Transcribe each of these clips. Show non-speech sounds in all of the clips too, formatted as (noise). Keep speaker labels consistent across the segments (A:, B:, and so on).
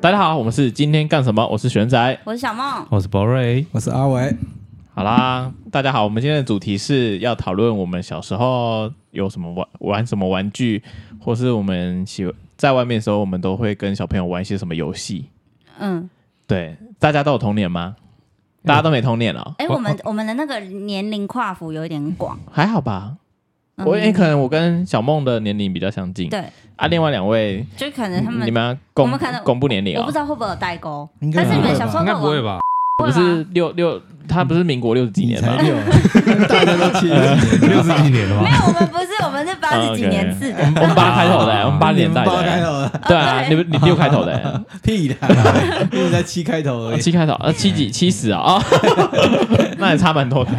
A: 大家好，我们是今天干什么？我是玄仔。
B: 我是小梦，
C: 我是博瑞，
D: 我是阿伟，
A: 好啦，大家好，我们今天的主题是要讨论我们小时候有什么玩玩什么玩具，或是我们喜在外面的时候，我们都会跟小朋友玩一些什么游戏。
B: 嗯，
A: 对，大家都有童年吗？
D: 嗯
A: 大家都没童年哦，
B: 哎、
C: 我
B: 我们我们的那个年龄跨幅有一点广，
A: 还好吧。
B: 嗯
A: 我也、可能我跟小梦的年龄比较相近，
B: 对，
A: 啊，另外两位
B: 就可能他们
A: 你们要公
B: 我们可能
A: 公布年龄
B: 我
A: 啊、
B: 不知道会不会有代沟，
D: 应该
B: 但是你们小时候
C: 应该
B: 都
C: 不会吧？
A: 我们
B: 玩？会
A: 是
B: 吗？
A: 六六，他不是民国六十几
D: 你
A: 年
D: 才
A: 吗？
D: 六， (laughs) 大
A: (laughs)
D: 家都七十几
C: 六
D: 年
C: 十
D: 了，
C: 几年了
B: 没
C: 吧？
B: 有，我们不是，我们是八十几年次的。
A: 我们八开头的、
C: 啊
A: 我们八
D: 你
A: 年
D: 们
A: 代的、
D: 八开头了，
A: (laughs) 对啊，
B: 对
A: 你们你六开头的、 (laughs)
D: 屁的，一直在七开头而
A: 啊
D: 已。
A: 七开头啊，七几七十啊哦啊， (laughs) 那也差蛮多的。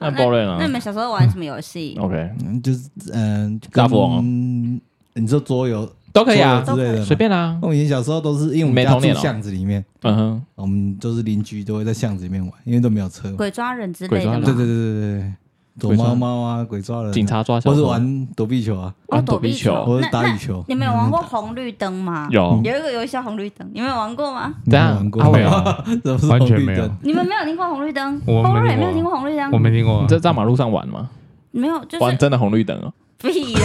A: 那 b o r
B: (laughs)
A: 啊
B: 那你们小时候玩什么游戏？
A: ，OK，
D: 嗯就是嗯，
A: 大富翁哦
D: 嗯，你说桌游
A: 都可以啊，
D: 桌游之类的吗
A: 随。便啦。
D: 我以前小时候都是因为我
A: 没
D: 们家
A: 童年
D: 住
A: 哦
D: 巷子里面，
A: 嗯哼，
D: 我们都是邻居都会在巷子里面玩，因为都没有车嘛。
B: 鬼抓人之类
A: 鬼抓
B: 的
A: 人
D: 对对
B: 吗？
D: 对对对对，躲
A: 鬼抓
D: 猫猫啊，鬼抓人啊，
A: 警察抓小
D: 或
A: 偷
D: 是玩躲避球啊，
B: 哦
A: 玩躲避球
D: 或
B: 那
D: 是打羽球
B: 那。你们有玩过红绿灯吗？
A: 有，
B: 有一个游戏叫红绿灯，你们有玩过
D: (laughs)
B: 吗？
D: 没
A: 怎
D: 有
A: 样
D: 玩过
A: 阿 (laughs)
C: 没
A: 伟
C: 有
A: 啊，
C: 啊，
D: 怎么是
C: 完全
D: 红绿
C: 没有
D: (laughs) 灯，
B: 你们没有听过红绿灯，
C: 我没
B: 欧瑞也没有
C: 听
B: 听
C: 过
B: 过红绿灯，
C: 我没听过啊
A: 你。这在马路上玩吗？
B: 没有，就
A: 玩
B: 是
A: 真的红绿灯哦。
B: 屁啦。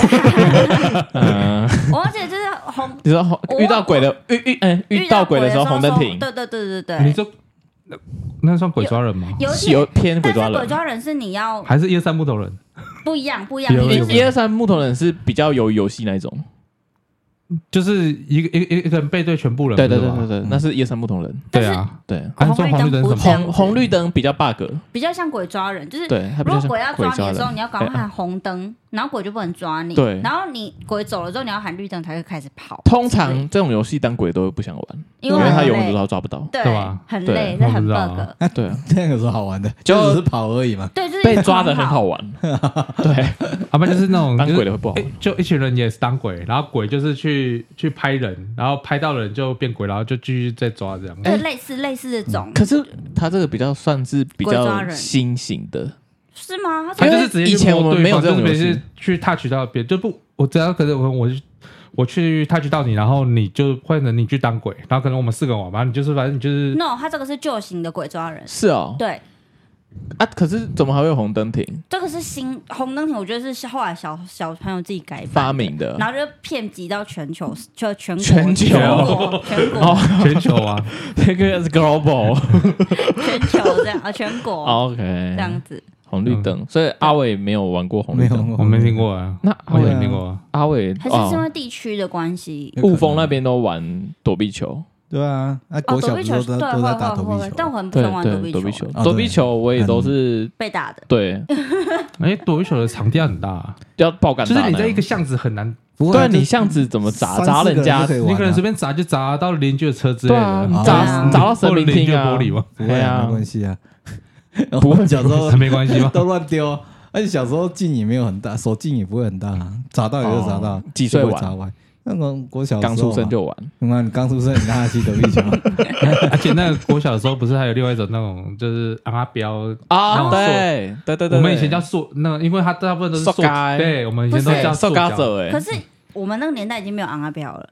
A: 嗯，
B: 我而且就是红
A: (laughs) 你说红
B: 我
A: 遇到鬼的遇遇嗯遇到鬼的时候红灯停，
B: 对对对对
C: 你
B: 对，
C: 这那算鬼抓人吗？
B: 有
A: 是有
B: 点。
A: 偏鬼
B: 但
A: 抓
B: 是鬼
A: 人。
B: 抓人是你要
C: 还是一二三木头人？
B: 不一样，不一样，
C: 有
B: 你就
C: 有
B: 是
A: 一二三木头人是比较有游戏那一种，
C: 就是一个一个一个人背对全部人，
A: 对对
C: 不
A: 对
C: 是吧
A: 对对，那是一二三木头人，
C: 对啊，
A: 对，
C: 啊你说红
B: 红绿
C: 绿灯
B: 灯
C: 是
B: 不
C: 什么？
B: 见
A: 红红绿灯比较 bug，
B: 比较像鬼抓人，就是
A: 对，它比
B: 如
A: 较
B: 果
A: 像
B: 鬼要抓你
A: 抓
B: 的时候，
A: 人。哎
B: 你要赶快喊红灯，然后鬼就不能抓你。
A: 对
B: 然后你鬼走了之后，你要喊绿灯才会开始跑。
A: 通常这种游戏当鬼都不想玩，
B: 因
A: 因为他
B: 很
A: 永远
B: 累
A: 都，抓不到。
B: 对
C: 对吧
B: 很
A: 对
B: 累，这
C: 我
B: 很
C: 不知道
B: bug
C: 啊。
A: 对啊，
D: 这样有什么好玩的？
A: 就
D: 只是跑而已嘛。
B: 对，就是
A: 被抓的很好
B: 好。
A: 玩，
B: (laughs)
A: (laughs) 对，
C: 啊，不然就是那种
A: 当鬼的
C: 的，
A: 会不好
C: 哎
A: 玩。
C: 就一群人也是当鬼，然后鬼就是去去拍人，然后拍到人就变鬼，然后就继续再抓这样。
A: 哎
B: 对，类似类似这种
A: 嗯可是他这个比较算是比
B: 鬼抓
A: 较
B: 人
A: 新型的，
B: 是吗？他
C: 他
B: 说
C: 就是直接
A: 以前我们没有这种游戏
C: 别是去 touch 到别人，就不我只要可能我我就我去 touch 到你，然后你就换成你去当鬼，然后可能我们四个人玩吧，你就是反正你就是
B: ，no，他这个是旧型的鬼抓人。
A: 是哦
B: 对，
A: 啊，可是怎么还会有红灯亭
B: 这个是新红灯停，我觉得是后来小小朋友自己改版的
A: 发，明的？
B: 然后就遍及到全球，就全国
A: 全球
B: 全国全国
A: 哦 (laughs)
C: 全球啊，
A: 这个是
B: (laughs)
A: global，OK，
B: 全球这样啊，全
A: 哦
B: 国哦这样子。
A: 红绿灯，所以阿伟没有玩过红
D: 没
A: 绿
D: 有
A: 灯。
D: 玩过，
C: (laughs) 我没听过啊，
A: 那哦阿
C: 我
A: 伟
C: 也没听过啊。
A: 阿伟
B: 还是是因
A: 哦，
B: 为地区的关系？
D: 有可能
A: 雾峰那边都玩躲避球，
D: 对啊，那
B: 哦，
D: 国
B: 躲
D: 小
B: 避
D: 不
B: 球
D: 是
B: 对，
D: 都
B: 会
D: 都在打
B: 会
D: 躲避
B: 会，但
D: 球？啊
B: 我很不喜
A: 对
B: 欢玩
A: 对，
B: 躲
A: 躲
B: 避
A: 避
B: 球
A: 球，，
D: 对
A: 躲避球我也都是
B: 被打的。 (laughs)
A: 对，
C: 哎，躲避球的场地很大啊，
A: 要爆感
C: 就
A: 打那
C: 是
A: 样。
C: 你在一个巷子很难，
D: 不会
A: 对
D: 啊
A: 啊，你
D: 就
A: 巷子怎么砸
D: 三
A: 砸
D: 四个
A: 人家
D: 就可？以玩啊
C: 你可能随便砸就砸到邻居的车之类
A: 对
C: 的，
A: 啊，
C: 啊
A: 你
D: 对
A: 砸
D: 啊
A: 砸到神明
C: 邻居
A: 厅
C: 的
A: 啊
C: 玻，璃吗？
A: (laughs)
D: 不会
A: 对啊
D: 啊，没关系
C: (laughs)
D: 啊。
A: 不
D: 我小时候
C: 没关
A: (laughs)
C: 系吗？
D: 都乱丢，而且小时候劲也没有很大，手劲也不会很大啊，砸到也就砸到
A: 哦，几岁
D: 就不
A: 玩
D: 会砸歪。那种国小的时
A: 刚
D: 候嘛
A: 出生，就玩，
D: 妈你刚出生，你拿得起躲避
C: (laughs)
D: 球？
C: 而且啊那个国小的时候不是还有另外一种那种，就是阿标
A: 啊，
C: 那种
A: 对 (laughs) 对对对，
C: 我们以前叫塑，那个因为它大部分都是
A: 塑
C: 塑
A: 胶哎
C: 对，我们以前都
B: 不是
C: 叫
A: 受
C: 塑
A: 嘎
C: 胶。
A: 者
B: 可
A: 哎，
B: 是我们那个年代已经没有昂阿表了，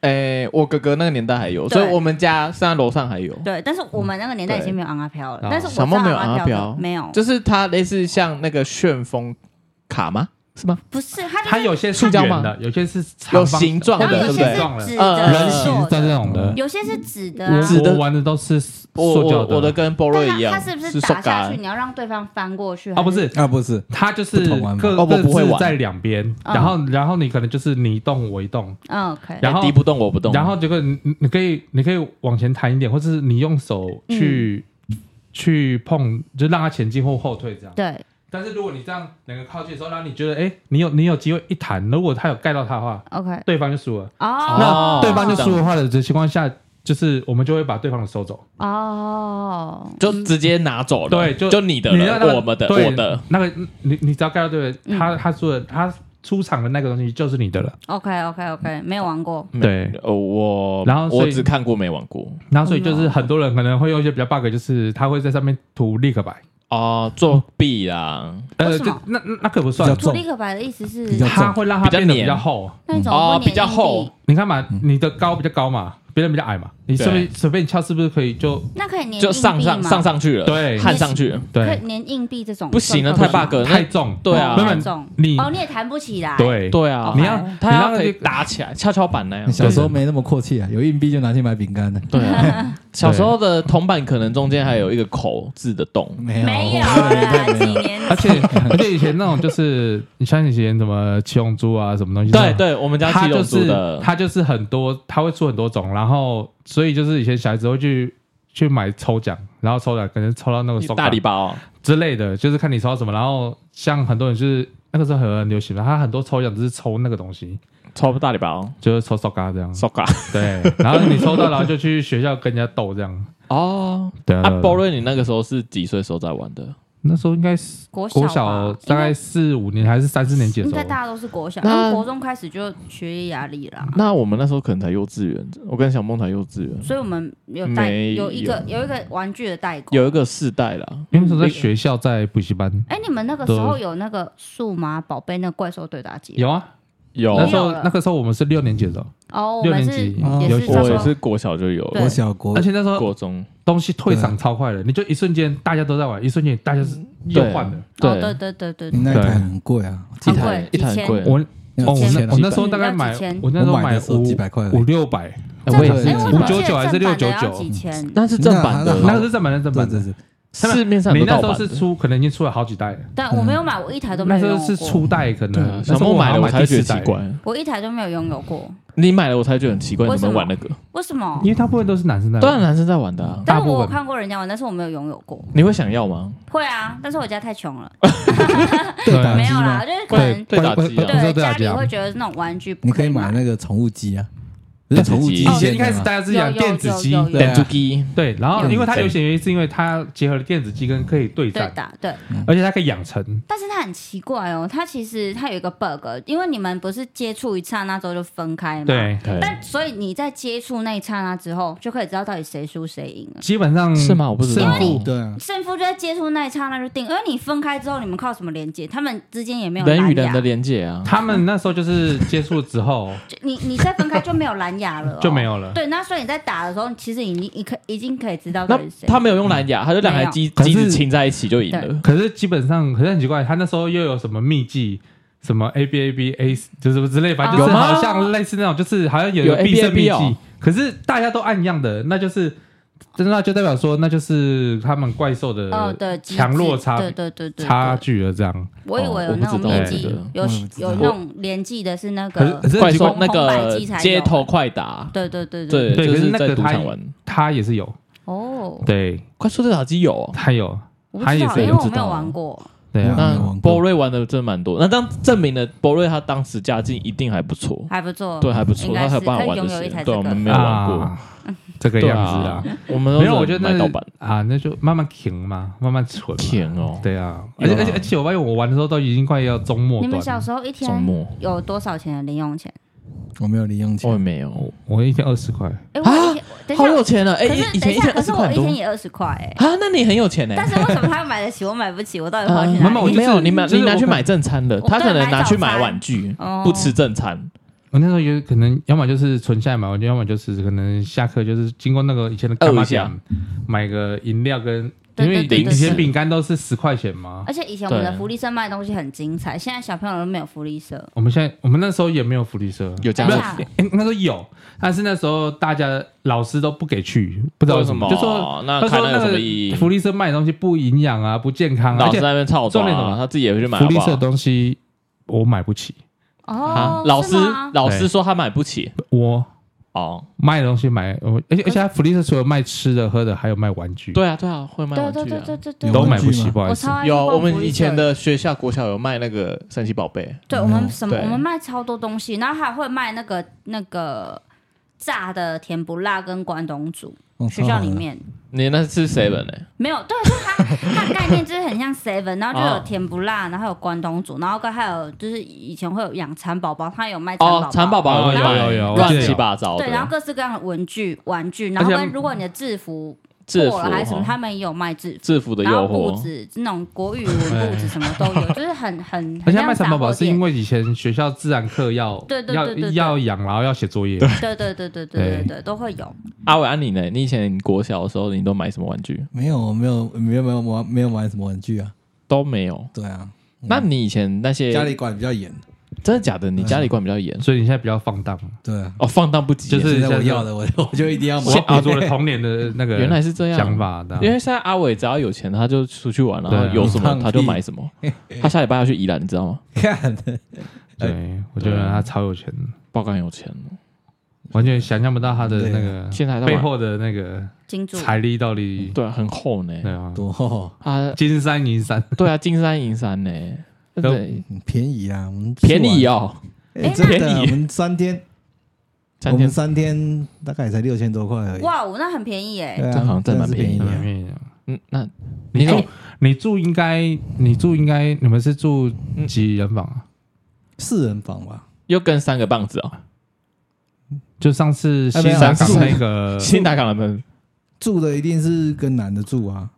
A: 哎，我哥哥那个年代还有，
B: 对
A: 所以我们家现在楼上还有，
B: 对，但是我们那个年代已经没有昂阿啊飘了
C: 对。
B: 但是我
A: 小
B: 知道
A: 梦没有
B: 昂阿
A: 昂阿
B: 飘
A: 飘
B: 没有，
A: 就是它类似像那个旋风卡吗？是吗？
B: 不是它就
C: 它
B: 是
C: 有些是
A: 塑胶
C: 圆
A: 吗
C: 的，有些是
A: 有
C: 长方
A: 形状
B: 然后
A: 的，
C: 有
B: 有
A: 对不
C: 是
A: 对
B: 些
C: 形？状
B: 是
C: 的
B: 纸
A: 呃
B: 的
A: 人
B: 塑
C: 像这
B: 的，
C: 种嗯的，
B: 有些是纸的啊。
A: 纸
C: 我
A: 的
C: 我玩的都是
A: 我
C: 塑胶
A: 我我的跟 Boro
B: 但
A: 一
B: 它
A: 样，
B: 它是不是
A: 受
B: 打
A: 嘎
B: 下去，你要让对方翻过去？
C: 啊，不
B: 还
C: 是，
D: 啊，不是，
C: 它就是
D: 不同玩法
A: 哦
C: 各
A: 我
C: 各
A: 不会
C: 自
A: 玩
C: 在两边，
B: 嗯
C: 然后然后你可能就是你一动我一动，
B: 嗯，OK，
C: 然后
A: 哎敌不动我不
D: 嗯
A: 动，啊
C: 然后结果你你你可以你可以往前弹一点，或者是你用手
D: 嗯
C: 去去碰，就让它前进或后退这样。
B: 对，
C: 但是如果你这样两个靠近的时候，让你觉得哎，你有你有机会一弹，如果他有盖到他的话，
D: 哎
B: OK，
C: 对方就输了。
B: 哦
A: 哦
C: 那对方就输的话的情况下，就是我们就会把对方的收走。
B: 哦，
A: 就直接拿走了，
C: 对
A: 就
C: 就
A: 你
D: 嗯
A: 的
C: 你
A: 了
C: 让那个
A: 我们的，
C: 对
A: 我的，
C: 那个，你你只要盖到对
B: 嗯
C: 方，他他输了，他出场的那个东西就是你的了。
B: OK OK OK，没有玩过，
C: 对，
A: 呃，我
C: 然后所
A: 我
C: 以
A: 只看过没玩过
C: 然后所以
A: 哦
C: 就是很多人可能会用一些比较 bug，就是他会在上面涂立可白，
A: 哦，作弊啦，
B: 为
C: 呃，
B: 什
C: 就
B: 么
C: 那那那可不算
D: 比，较
B: 土
D: 重
B: 立可白的意思是
D: 比较
C: 他会让它
A: 比较
C: 变得
A: 黏
C: 比较厚。
B: 那种
A: 哦
B: 会
A: 比较
B: 粘硬
A: 厚
B: 币
D: 嗯
C: 你看嘛，你的高比较高嘛，别人比较矮嘛，你是不是
A: 对
C: 随便敲，是不是可以就
B: 那可以粘硬币
A: 就上上
B: 吗
A: 上，上去了，
C: 对
A: 焊上去了，
B: 可
C: 对
B: 以粘硬币这种
A: 不行了，
B: 算
A: 太
B: 不算
A: bug 了，
C: 太
A: 那
C: 重？
A: 对啊
C: 根
B: 那
C: 本
B: 种
C: 你
B: 哦，你也弹不起来。，
C: 对
A: 对
B: 哦
A: 啊，
C: 你
B: 哎
C: 要
A: 他
C: 你
A: 要
C: 要
A: 可以
C: 那个
A: 打起来，跷跷板那样
B: (laughs)
D: 你。小时候
C: 对
D: 没那么阔气啊，有硬币就拿去买饼干了。
A: 对啊， (laughs) 小时候的铜板可能中间还有一个口字的洞，
D: 没有，
B: 没有
D: 我们那个年
B: 啦，
D: 代
B: 几
D: 没有。
B: 年
C: 而且而且以前那种就是你像以前什么七龙珠啊什么东西，
A: 对，对，我们家
C: 它
A: 七
C: 就
A: 龙珠
C: 是
A: 的，
C: 它就是很多，它会出很多种，然后所以就是以前小孩子会去去买抽奖，然后抽奖可能抽到那个手
A: 大
C: 感
A: 礼包哦，
C: 之类的，就是看你抽到什么，然后像很多人就是那个时候很流行的，他很多抽奖只是抽那个东西，
A: 抽大礼包，
C: 就是抽手嘎这
B: (laughs)
C: 样，
A: 手嘎
C: 对，然后你抽到，然后就去学校跟人家斗这样，
A: 哦。
C: 对啊，
A: 啊
C: 对，啊
A: 波瑞，你那个时候是几岁时候在玩的？
C: 那时候应该是
B: 国
C: 国
B: 小
C: 小
B: 吧
C: 大概
B: 应
C: 四五年还是三四年级
B: 该
C: 的
B: 应
C: 时
B: 该
C: 候，
B: 大家都是国小，
A: 那
B: 然后国中开始就学业压力啦。
A: 那我们那时候可能才幼稚园，我跟小梦才幼稚园，
B: 所以我们有代
A: 没
B: 有一个有一个玩具的代购。
A: 有一个世代啦。
C: 因为那时候在学校在补习班，
B: 哎，你们那个时候有那个数码宝贝那个怪兽对打机？
C: 有啊，
A: 有
C: 那时候
B: 有了
C: 那个时候我们是六年级的时候，
D: 嗯
B: 哦，我们是
C: 六年级
B: 也
C: 有
B: 是差
A: 我
B: 不
A: 也
B: 多
A: 是国小就有
B: 对
A: 了
D: 我，小国
C: 而且那时候
A: 国中
C: 东西退场超快的，你就一瞬间大家都在玩，一瞬间大家是又换了。
B: 哦，对
A: 对
B: 对对对，
D: 你
B: 对
D: 那一台很贵啊，几
B: 很
D: 台
B: 贵，
A: 一台
B: 几
A: 很
B: 千。
A: 贵，
C: 我
D: 要
C: 哦，
D: 几
C: 我
D: 千啊
C: 那我那时候大概
B: 嗯
C: 买
B: 要几千，
C: 我那时候
D: 我买的时候
C: 五
D: 几百块而已
C: 五六百，
A: 哎我也
D: 对
A: 是
B: 哎，我怎么记得
C: 599还是
B: 正版的要
C: 699
B: 几千？
A: 那是正版的，
C: 那个是正版的正
D: 对
C: 版
D: 对
C: 的。
D: 对，
A: 市面上
C: 你
A: 有
C: 那
A: 盗
C: 时候
A: 版
C: 是
A: 的。
C: 出，可能已经出了好几代了。
B: 但我没有买，我一台都没
C: 那
B: 有
C: 时候
B: 拥
C: 是
B: 有过。
C: 初代，可
A: 对啊
C: 能，
A: 小梦
C: 买
A: 买了我才
C: 第
A: 觉得
C: 四
A: 奇
C: 代，
A: 怪，
B: 我一台都没有拥有过，
A: 你买了我才觉得很奇怪，你
B: 为什
A: 们
B: 么
A: 玩那个？
B: 为什么
C: 因？为大部分都是男生在玩。
A: 当然男生在玩的啊，
B: 但
C: 大
B: 是
C: 部
B: 我有
C: 分
B: 看过人家玩，但是我没有拥有过。
A: 你会想要吗？
B: 会啊，但是我家太穷了，
D: 对
C: 啊
D: 打
B: 没
D: 机
B: 有啦，
D: 吗？
B: 就是可能
A: 对打机啊
C: 不是
B: 对
C: 对
B: 家
C: 打
B: 里
C: 机啊
B: 会。觉得那种玩具不
D: 你可以买
B: 买。
D: 那个宠物机啊，不是宠物机
A: 以
C: 以哦前一
D: 现在
C: 开始
D: 吗
C: 大家是
B: 有
C: 讲
B: 有
C: 电子
B: 有
C: 机，
B: 有有
D: 对啊
A: 弹珠机，
C: 对，然后
D: 嗯
C: 因为它
A: 对
C: 流行原因是因为它结合了电子机跟可以对
B: 对
C: 战，
B: 打对，
C: 而且它可以养成。
B: 但是它很奇怪哦，它其实它有一个 bug，因为你们不是接触一刹那之后就分开嘛，
C: 对，
A: 对啊
B: 但所以你在接触那一刹那之后，就可以知道到底谁输谁赢了。
C: 基本上
A: 是吗我不知道
C: 胜负
D: 对啊，
B: 胜负就在接触那一刹那就定，因为你分开之后，你们靠什么连接？他们之间也没有蓝牙，
A: 人与人的连接啊，
C: 他们那时候就是接触之后
B: 就你你再分开就没有蓝牙
A: (laughs)
B: 了、哦，
C: 就没。有了。
B: 对，那所以你在打的时候，其实已经已可已经可以知道到
A: 那
B: 底是谁。嗯
A: 他没有用蓝牙，他就两台机
C: 没有
A: 机
C: 可
A: 子
C: 是
A: 亲在一起就赢了。
C: 可是基本上，可是很奇怪，他那时候又有什么秘技，什么 A B A B A，就是什么之类，反正就
A: 有
C: 是
A: 吗
C: 好像类似那种，就是好像有一
A: 有
C: 个必胜秘
A: ABAB 哦
C: 技，可是大家都按一样的，那就是那就代表说，那就是他们怪兽
B: 呃
C: 的
B: 的机制
C: 强弱差
B: 对对对对
C: 差
B: 对
C: 距了这样。
B: 我以为有那种
A: 哦我
B: 秘
A: 不知
B: 籍
A: 道，
B: 有
D: 我也不知道
B: 有那种连记的是那
C: 可
B: 个
C: 是可是很
A: 怪
C: 奇怪
A: 兽
B: 红
A: 那
B: 白
A: 个
B: 机才有
A: 街头快打，
B: 对对对
A: 对，
C: 对
A: 就
C: 可是
A: 是
C: 那
A: 在
C: 个
A: 赌
C: 它
A: 场玩。
C: 他也是有，
B: 哦，
C: 对
A: 怪兽对打机有哦，
C: 他有，
B: 我不
C: 他
B: 知
C: 也
B: 道，
C: 是
B: 因为
C: 有
B: 我
A: 知
B: 没
A: 道
B: 有
A: 啊
B: 玩过。
C: 对啊
D: 嗯。
A: 那
D: 没有玩过
A: 博瑞玩的真蛮多。那当证明了博瑞他当时家境一定还不错，
B: 还不错，
A: 对，还不错，
B: 哦应
A: 他还
B: 该是
A: 有办法
B: 可以
A: 玩
B: 拥
A: 的
B: 有
A: 时
B: 一台
A: 间。对，我
B: 这个。
A: 们没有玩过，
C: 啊这个
A: 对
C: 样子
A: 啊
C: 啊。，
A: 我们都
C: 没有，
A: 是
C: 我觉得
A: 买盗版
C: 啊，那就慢慢停嘛，慢慢存嘛。
A: 甜哦，
C: 对啊，而
A: 有
C: 且
A: 啦
C: 而且而且我发现我玩的时候都已经快要中末
B: 你
C: 端
B: 们
C: 了，
B: 小时候一
A: 周
B: 天
A: 末
B: 有多少钱的零用钱？
D: 我没有零用
A: 我也
D: 钱，
A: 哦没有，
C: 我一天二十块，
B: 哎，我一天，等
A: 啊好有
B: 一下，
A: 钱了，哎，
B: 可
A: 以
B: 是
A: 以
B: 等
A: 前
B: 一
A: 天
B: 下，
A: 二
B: 可
A: 十
B: 是
A: 块
B: 我
A: 很
B: 一
A: 多
B: 天也二十块哎，
A: 啊，那你很有钱呢
B: 但。是为什么他要买得起，我买不起？我到底花去
C: 啊
B: 哪里？
C: 没有我
A: 呃没
C: 就
A: 有，
C: 是
A: 你买
C: 就是
A: 你拿去
C: 我
A: 买正餐的，
B: 我
A: 他可
B: 对
A: 能
B: 买
A: 拿
B: 早
A: 去买
B: 餐
A: 玩具，
B: 哦
A: 不吃正餐。
C: 我那时候有可能要么就是存下来买，我就要么就是可能下课就是经过那个以前的干
A: 饿一
C: 妈
A: 下
C: 店买个饮料跟，
B: 对
C: 因为
B: 对对
C: 以
A: 对对
C: 前饼干都是十块钱嘛。
B: 而且以前我们的
A: 对
B: 福利社卖的东西很精彩，现在小朋友都没有福利社。
C: 我们现在我们那时候也没有福利社，
A: 有加
C: 没有
B: 入福利
C: 哎那时候有，但是那时候大家老师都不给去，不知道为什么，
A: 为
C: 就
A: 什么
C: 说
A: 那
C: 他
A: 开
C: 说
A: 那有
C: 那
A: 什么意义
C: 个福利社卖的东西不营养啊，不健康啊，而
A: 老师
C: 且
A: 在那边操作
C: 重点什
A: 啊，
C: 么
A: 他自己也会去买
C: 福
A: 好
C: 利
A: 不
C: 社的
A: 好？
C: 东西我买不起，
A: 啊
B: 哦，，
A: 老
B: 是
A: 师
B: 吗
A: 老师说他买不起
C: 我
A: 哦。
C: 卖的东西买，我而且而且它福利社除了卖吃的喝的，还有卖玩具，
A: 对啊，对啊，会卖
B: 对
A: 玩
B: 对
A: 具
B: 对
A: 啊。
B: 对对对，
C: 都
D: 有玩
C: 买不
D: 具
C: 起，
D: 吗
C: 不好意
B: 我
C: 思
B: 超。爱去
A: 有，
B: 逛
A: 我
B: 福
A: 们
B: 利
A: 以前
B: 社
A: 的学校国小有卖那个神奇宝贝，
B: 对我们什么，
A: 对
B: 我们卖超多东西，然后还会卖那个那个炸的甜不辣跟关东煮，
A: 哦
D: 我
B: 学校里面。
A: 你那是 seven 呢？
B: 没有，对，就它它的概念就是很像 seven，然后就有
A: 哦
B: 甜不辣，然后有关东煮，然后跟还有就是以前会有养蚕宝宝，它有卖蚕宝
A: 哦
B: 宝，，
A: 蚕宝啊宝
C: 哦
A: 会
C: 有
A: 卖
C: 有有我记
A: 乱
C: 得
A: 七
C: 有
A: 八糟
B: 对，然后
A: 的
B: 各式各样的文具玩具，然
C: 而
B: 后
C: 且
B: 跟如果你的制服
A: 制服
B: 破了还是什么，
A: 哦
B: 他们也有卖制服。
A: 制服的诱
B: 然后
A: 惑
B: 布，子那种国语文布子什么都有，就是很很，很
C: 而且
B: 像
C: 卖蚕宝宝是因
B: 为
C: 为以前学校自然课要
B: 对对对对对
C: 要要养，然后要写作业。
B: 对对对对对对对都会有。
A: 阿伟，啊你呢？你以前国小的时候，你都买什么玩具？
D: 没有，我没有，没有，没有玩，没有玩什么玩具啊。
A: 都没有。
D: 对啊，
A: 那你以前那些
D: 家里管比较严。
A: 真的假的？你家里管比较严
C: 所以你现在比较放荡，
D: 对啊，
A: 哦，放荡不羁。
C: 嗯就是
D: 现在我
C: 现在
D: 要的，我我就一定要
C: 我要
D: 买。
C: 保住了童年的那个
A: 啊原来是这样
C: 想法的啊，
A: 因为现在阿伟只要有钱，他就出去玩，然
C: 对
A: 后
C: 啊
A: 有什么
D: 放屁
A: 他就买什
C: (laughs)
A: 么。他下礼拜要去宜兰，你知道吗？
D: 看，
A: 哎
C: 对，我觉得他超有钱，
A: 爆肝有钱哦，
C: 完全想象不到他的那个
A: 现在还在
C: 背
A: 玩
C: 后的那个
B: 金主
C: 财力到底
A: 对啊，很厚呢。
C: 对啊，
D: 多厚
A: 啊，
C: 金山银山，
A: 对啊，金山银山呢，
C: (laughs) 都
A: 对，
D: 嗯便宜啊，我们去
A: 便宜
D: 玩，
A: 哦，
D: 哎真
A: 便
D: 的，
A: 宜
D: 我们三天，我
A: 三
D: 们
A: 天
D: 三天大概也才六千多块而已。
B: 哇，哦，那很便宜哎，
D: 对啊，
A: 这好像真的蛮
D: 是便
A: 便宜
D: 啊
C: 嗯
A: 嗯，那
C: 你
A: 你
C: 住
A: 说
C: 你住应该你住应该你们是住几人房啊？
D: 四人房吧，
A: 又跟三个棒子哦，
C: 就上次
D: 哎
C: 西
D: 没有
C: 沙港
D: 住
C: 那个
A: 新打港的们
D: 住的一定是跟男的住啊。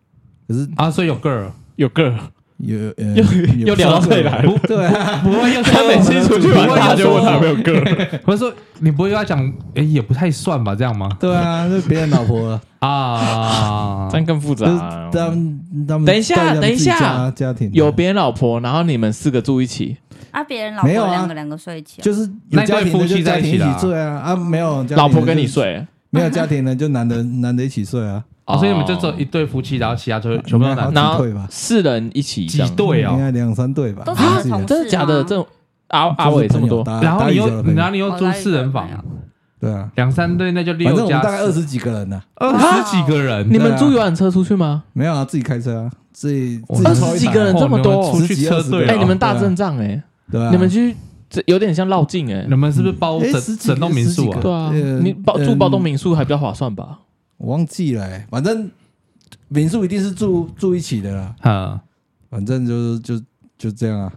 D: 可是
C: 啊，所以有 girl，
A: 有个，
D: 有呃，
A: 又又聊到这里来了。
D: 对啊，
A: (laughs)
C: 不会又
A: 他每次出去玩，
C: 不会又
A: 他就问他有没有个，
C: 我说你不会要讲，哎，也不太算吧，这样吗？
D: 对啊，是别人老
A: (laughs)
D: 婆了，
C: (laughs) 啊
A: (laughs) 这，样更复杂
D: 就是
A: 啊。
D: 他们他们
A: 等一下
D: 带他们
A: 等一
D: 自己
A: 下
D: 家家庭
A: 有别人老婆，然后你们四个住一起，
B: 啊，别人老婆
D: 没有啊
B: 两个两个睡一起哦，
D: 就是有
C: 那
D: 家
C: 对
D: 庭的
C: 夫妻
D: 就家
C: 在一
D: 庭
C: 起
D: 一
C: 的
D: 起
C: 啊
D: 睡啊啊，没有家
A: 老
D: 庭
A: 婆
D: 的
A: 跟
D: 就
A: 你，睡，
D: 没有家庭的就男的 (laughs) 男的一起睡啊，
C: 哦所以你们就只有一对夫妻，然后其他就全部都男
D: 好
C: 的
D: 几
A: 然后
D: 对吧
A: 四人一起这
C: 几
A: 样，
C: 对
D: 应
C: 哦。
D: 该两三对吧，
B: 都是
D: 啊
B: 同事
A: 真的假的？
B: 吗
A: 这种阿阿伟这么多，
D: 然
C: 然后你又，然
D: 拿
C: 后你又
B: 我
C: 住
B: 来
C: 四人房
B: 哦一，个朋友
D: 对啊，
C: 两三对那就
D: 反正
C: 六
D: 我们
C: 加
D: 大概二
C: 四
D: 十几个人呢，
C: 二十几个人，
A: 你们租游览车出去吗？
D: 没有啊，自己开车啊，自己
C: 哇
D: 自己
A: 二十
D: 抽一
A: 几
D: 台
A: 个人
D: 啊
A: 这么多
C: 哦你们出去车队
D: 对
C: 了，
D: 啊
A: 哎，你们大
D: 对啊
A: 阵仗哎，
D: 对啊，
A: 你们去这有点像绕境哎
C: 你，们是不是包
D: 哎
C: 整
D: 十几个
C: 整栋民宿
D: 十
C: 啊
D: 几？个
A: 对啊
D: 呃，
A: 你包住
D: 嗯
A: 包栋民宿还比较划算吧？
D: 我忘记了欸，反正民宿一定是住住一起的啦，
C: 嗯，
D: 反正就是就就这样啊，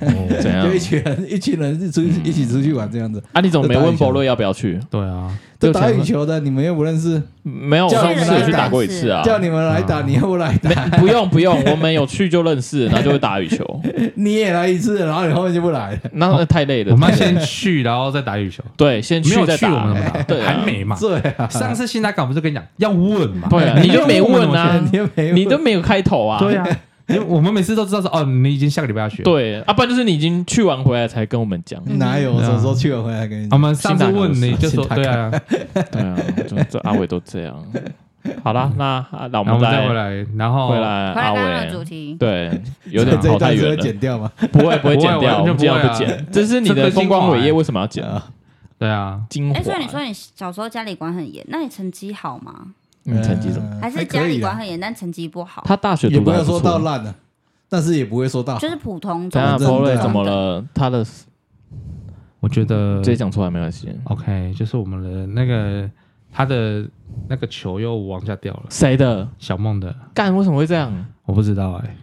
A: 哦怎样 (laughs)
D: 就一群人一群人是出
A: 嗯
D: 去一起出去玩这样子。
A: 啊，你怎么没
D: 就打
A: 问
D: 羽球
A: 博瑞要不要去？
C: 对啊，
D: 这打羽球的你们又不认识，
A: 没有，我
D: 叫
A: 上次有
D: 你
A: 去
D: 们
A: 打
D: 来
A: 过一次啊。
D: 叫你们来打，
C: 啊
D: 你又不来
A: 没
D: 打，
A: 不用不用，我们有去就认识，然后就会打羽球， (laughs)
D: 你也来一次，然后你后面就不来了，
A: 那那太累了。
C: 我们要
A: 太累了
C: 先去，然后再打羽球。
A: 对先
C: 没有
A: 再
C: 去我们怎么
A: 打，
C: 打？
A: 对啊
C: 还没嘛。
D: 对啊，
C: 上次新达港不是跟你讲要问嘛？
A: 对啊，你就没问啊，
D: 你又没
A: 你都没有开头啊。
C: 对啊，因为我们每次都知道说哦，你已经下个礼拜要去。，
A: 对啊，不然就是你已经去完回来才跟我们讲。
D: 哪有？我什么时候去了回来跟你
C: 我
A: 啊
D: 讲？
C: 们上次问你就说
D: 新达
C: 对
D: 港
C: 啊，
A: 对啊，就这阿伟都这样。好啦，那啊那我
C: 然后我
A: 们
C: 们再回
A: 再
C: 来，然后
A: 回来
B: 哦回来
A: 啊阿
B: 刚刚的
A: 伟
B: 主。题，
A: 对，有点
D: (laughs) 这
A: 跑太
D: 一段是
A: 远
D: 会
A: 了，
D: 剪掉吗？
A: 不会不会
C: 不会
A: 剪掉，
C: 我
A: 我们
C: 就
A: 尽量
C: 不会
A: 不
C: 啊
A: 剪。这是你
C: 这
A: 的
C: 个
A: 风光
C: 精华
A: 伟业，为什么要剪？
D: 啊，
C: 对啊，
A: 精华
B: 哎，。所以你说你小时候家里管很严，那你成绩好吗？
A: 嗯，成绩怎么？
D: 呃
B: 还是
D: 可以
B: 家里
D: 啦
B: 管很严，但成绩不好？
A: 他大学
D: 也
A: 读
D: 不
A: 的
D: 能说到烂了，但是也不会说到好
B: 就是普通
A: 等
B: 中
A: 一下
D: 真的啊
A: p o l 怎么了？他的直
C: 我觉得
A: 接讲出来没关系。
C: OK，就是我们的那个他的那个球又往下掉了，
A: 谁的？
C: 小梦的
A: 干为什么会这样？
C: 我不知道哎，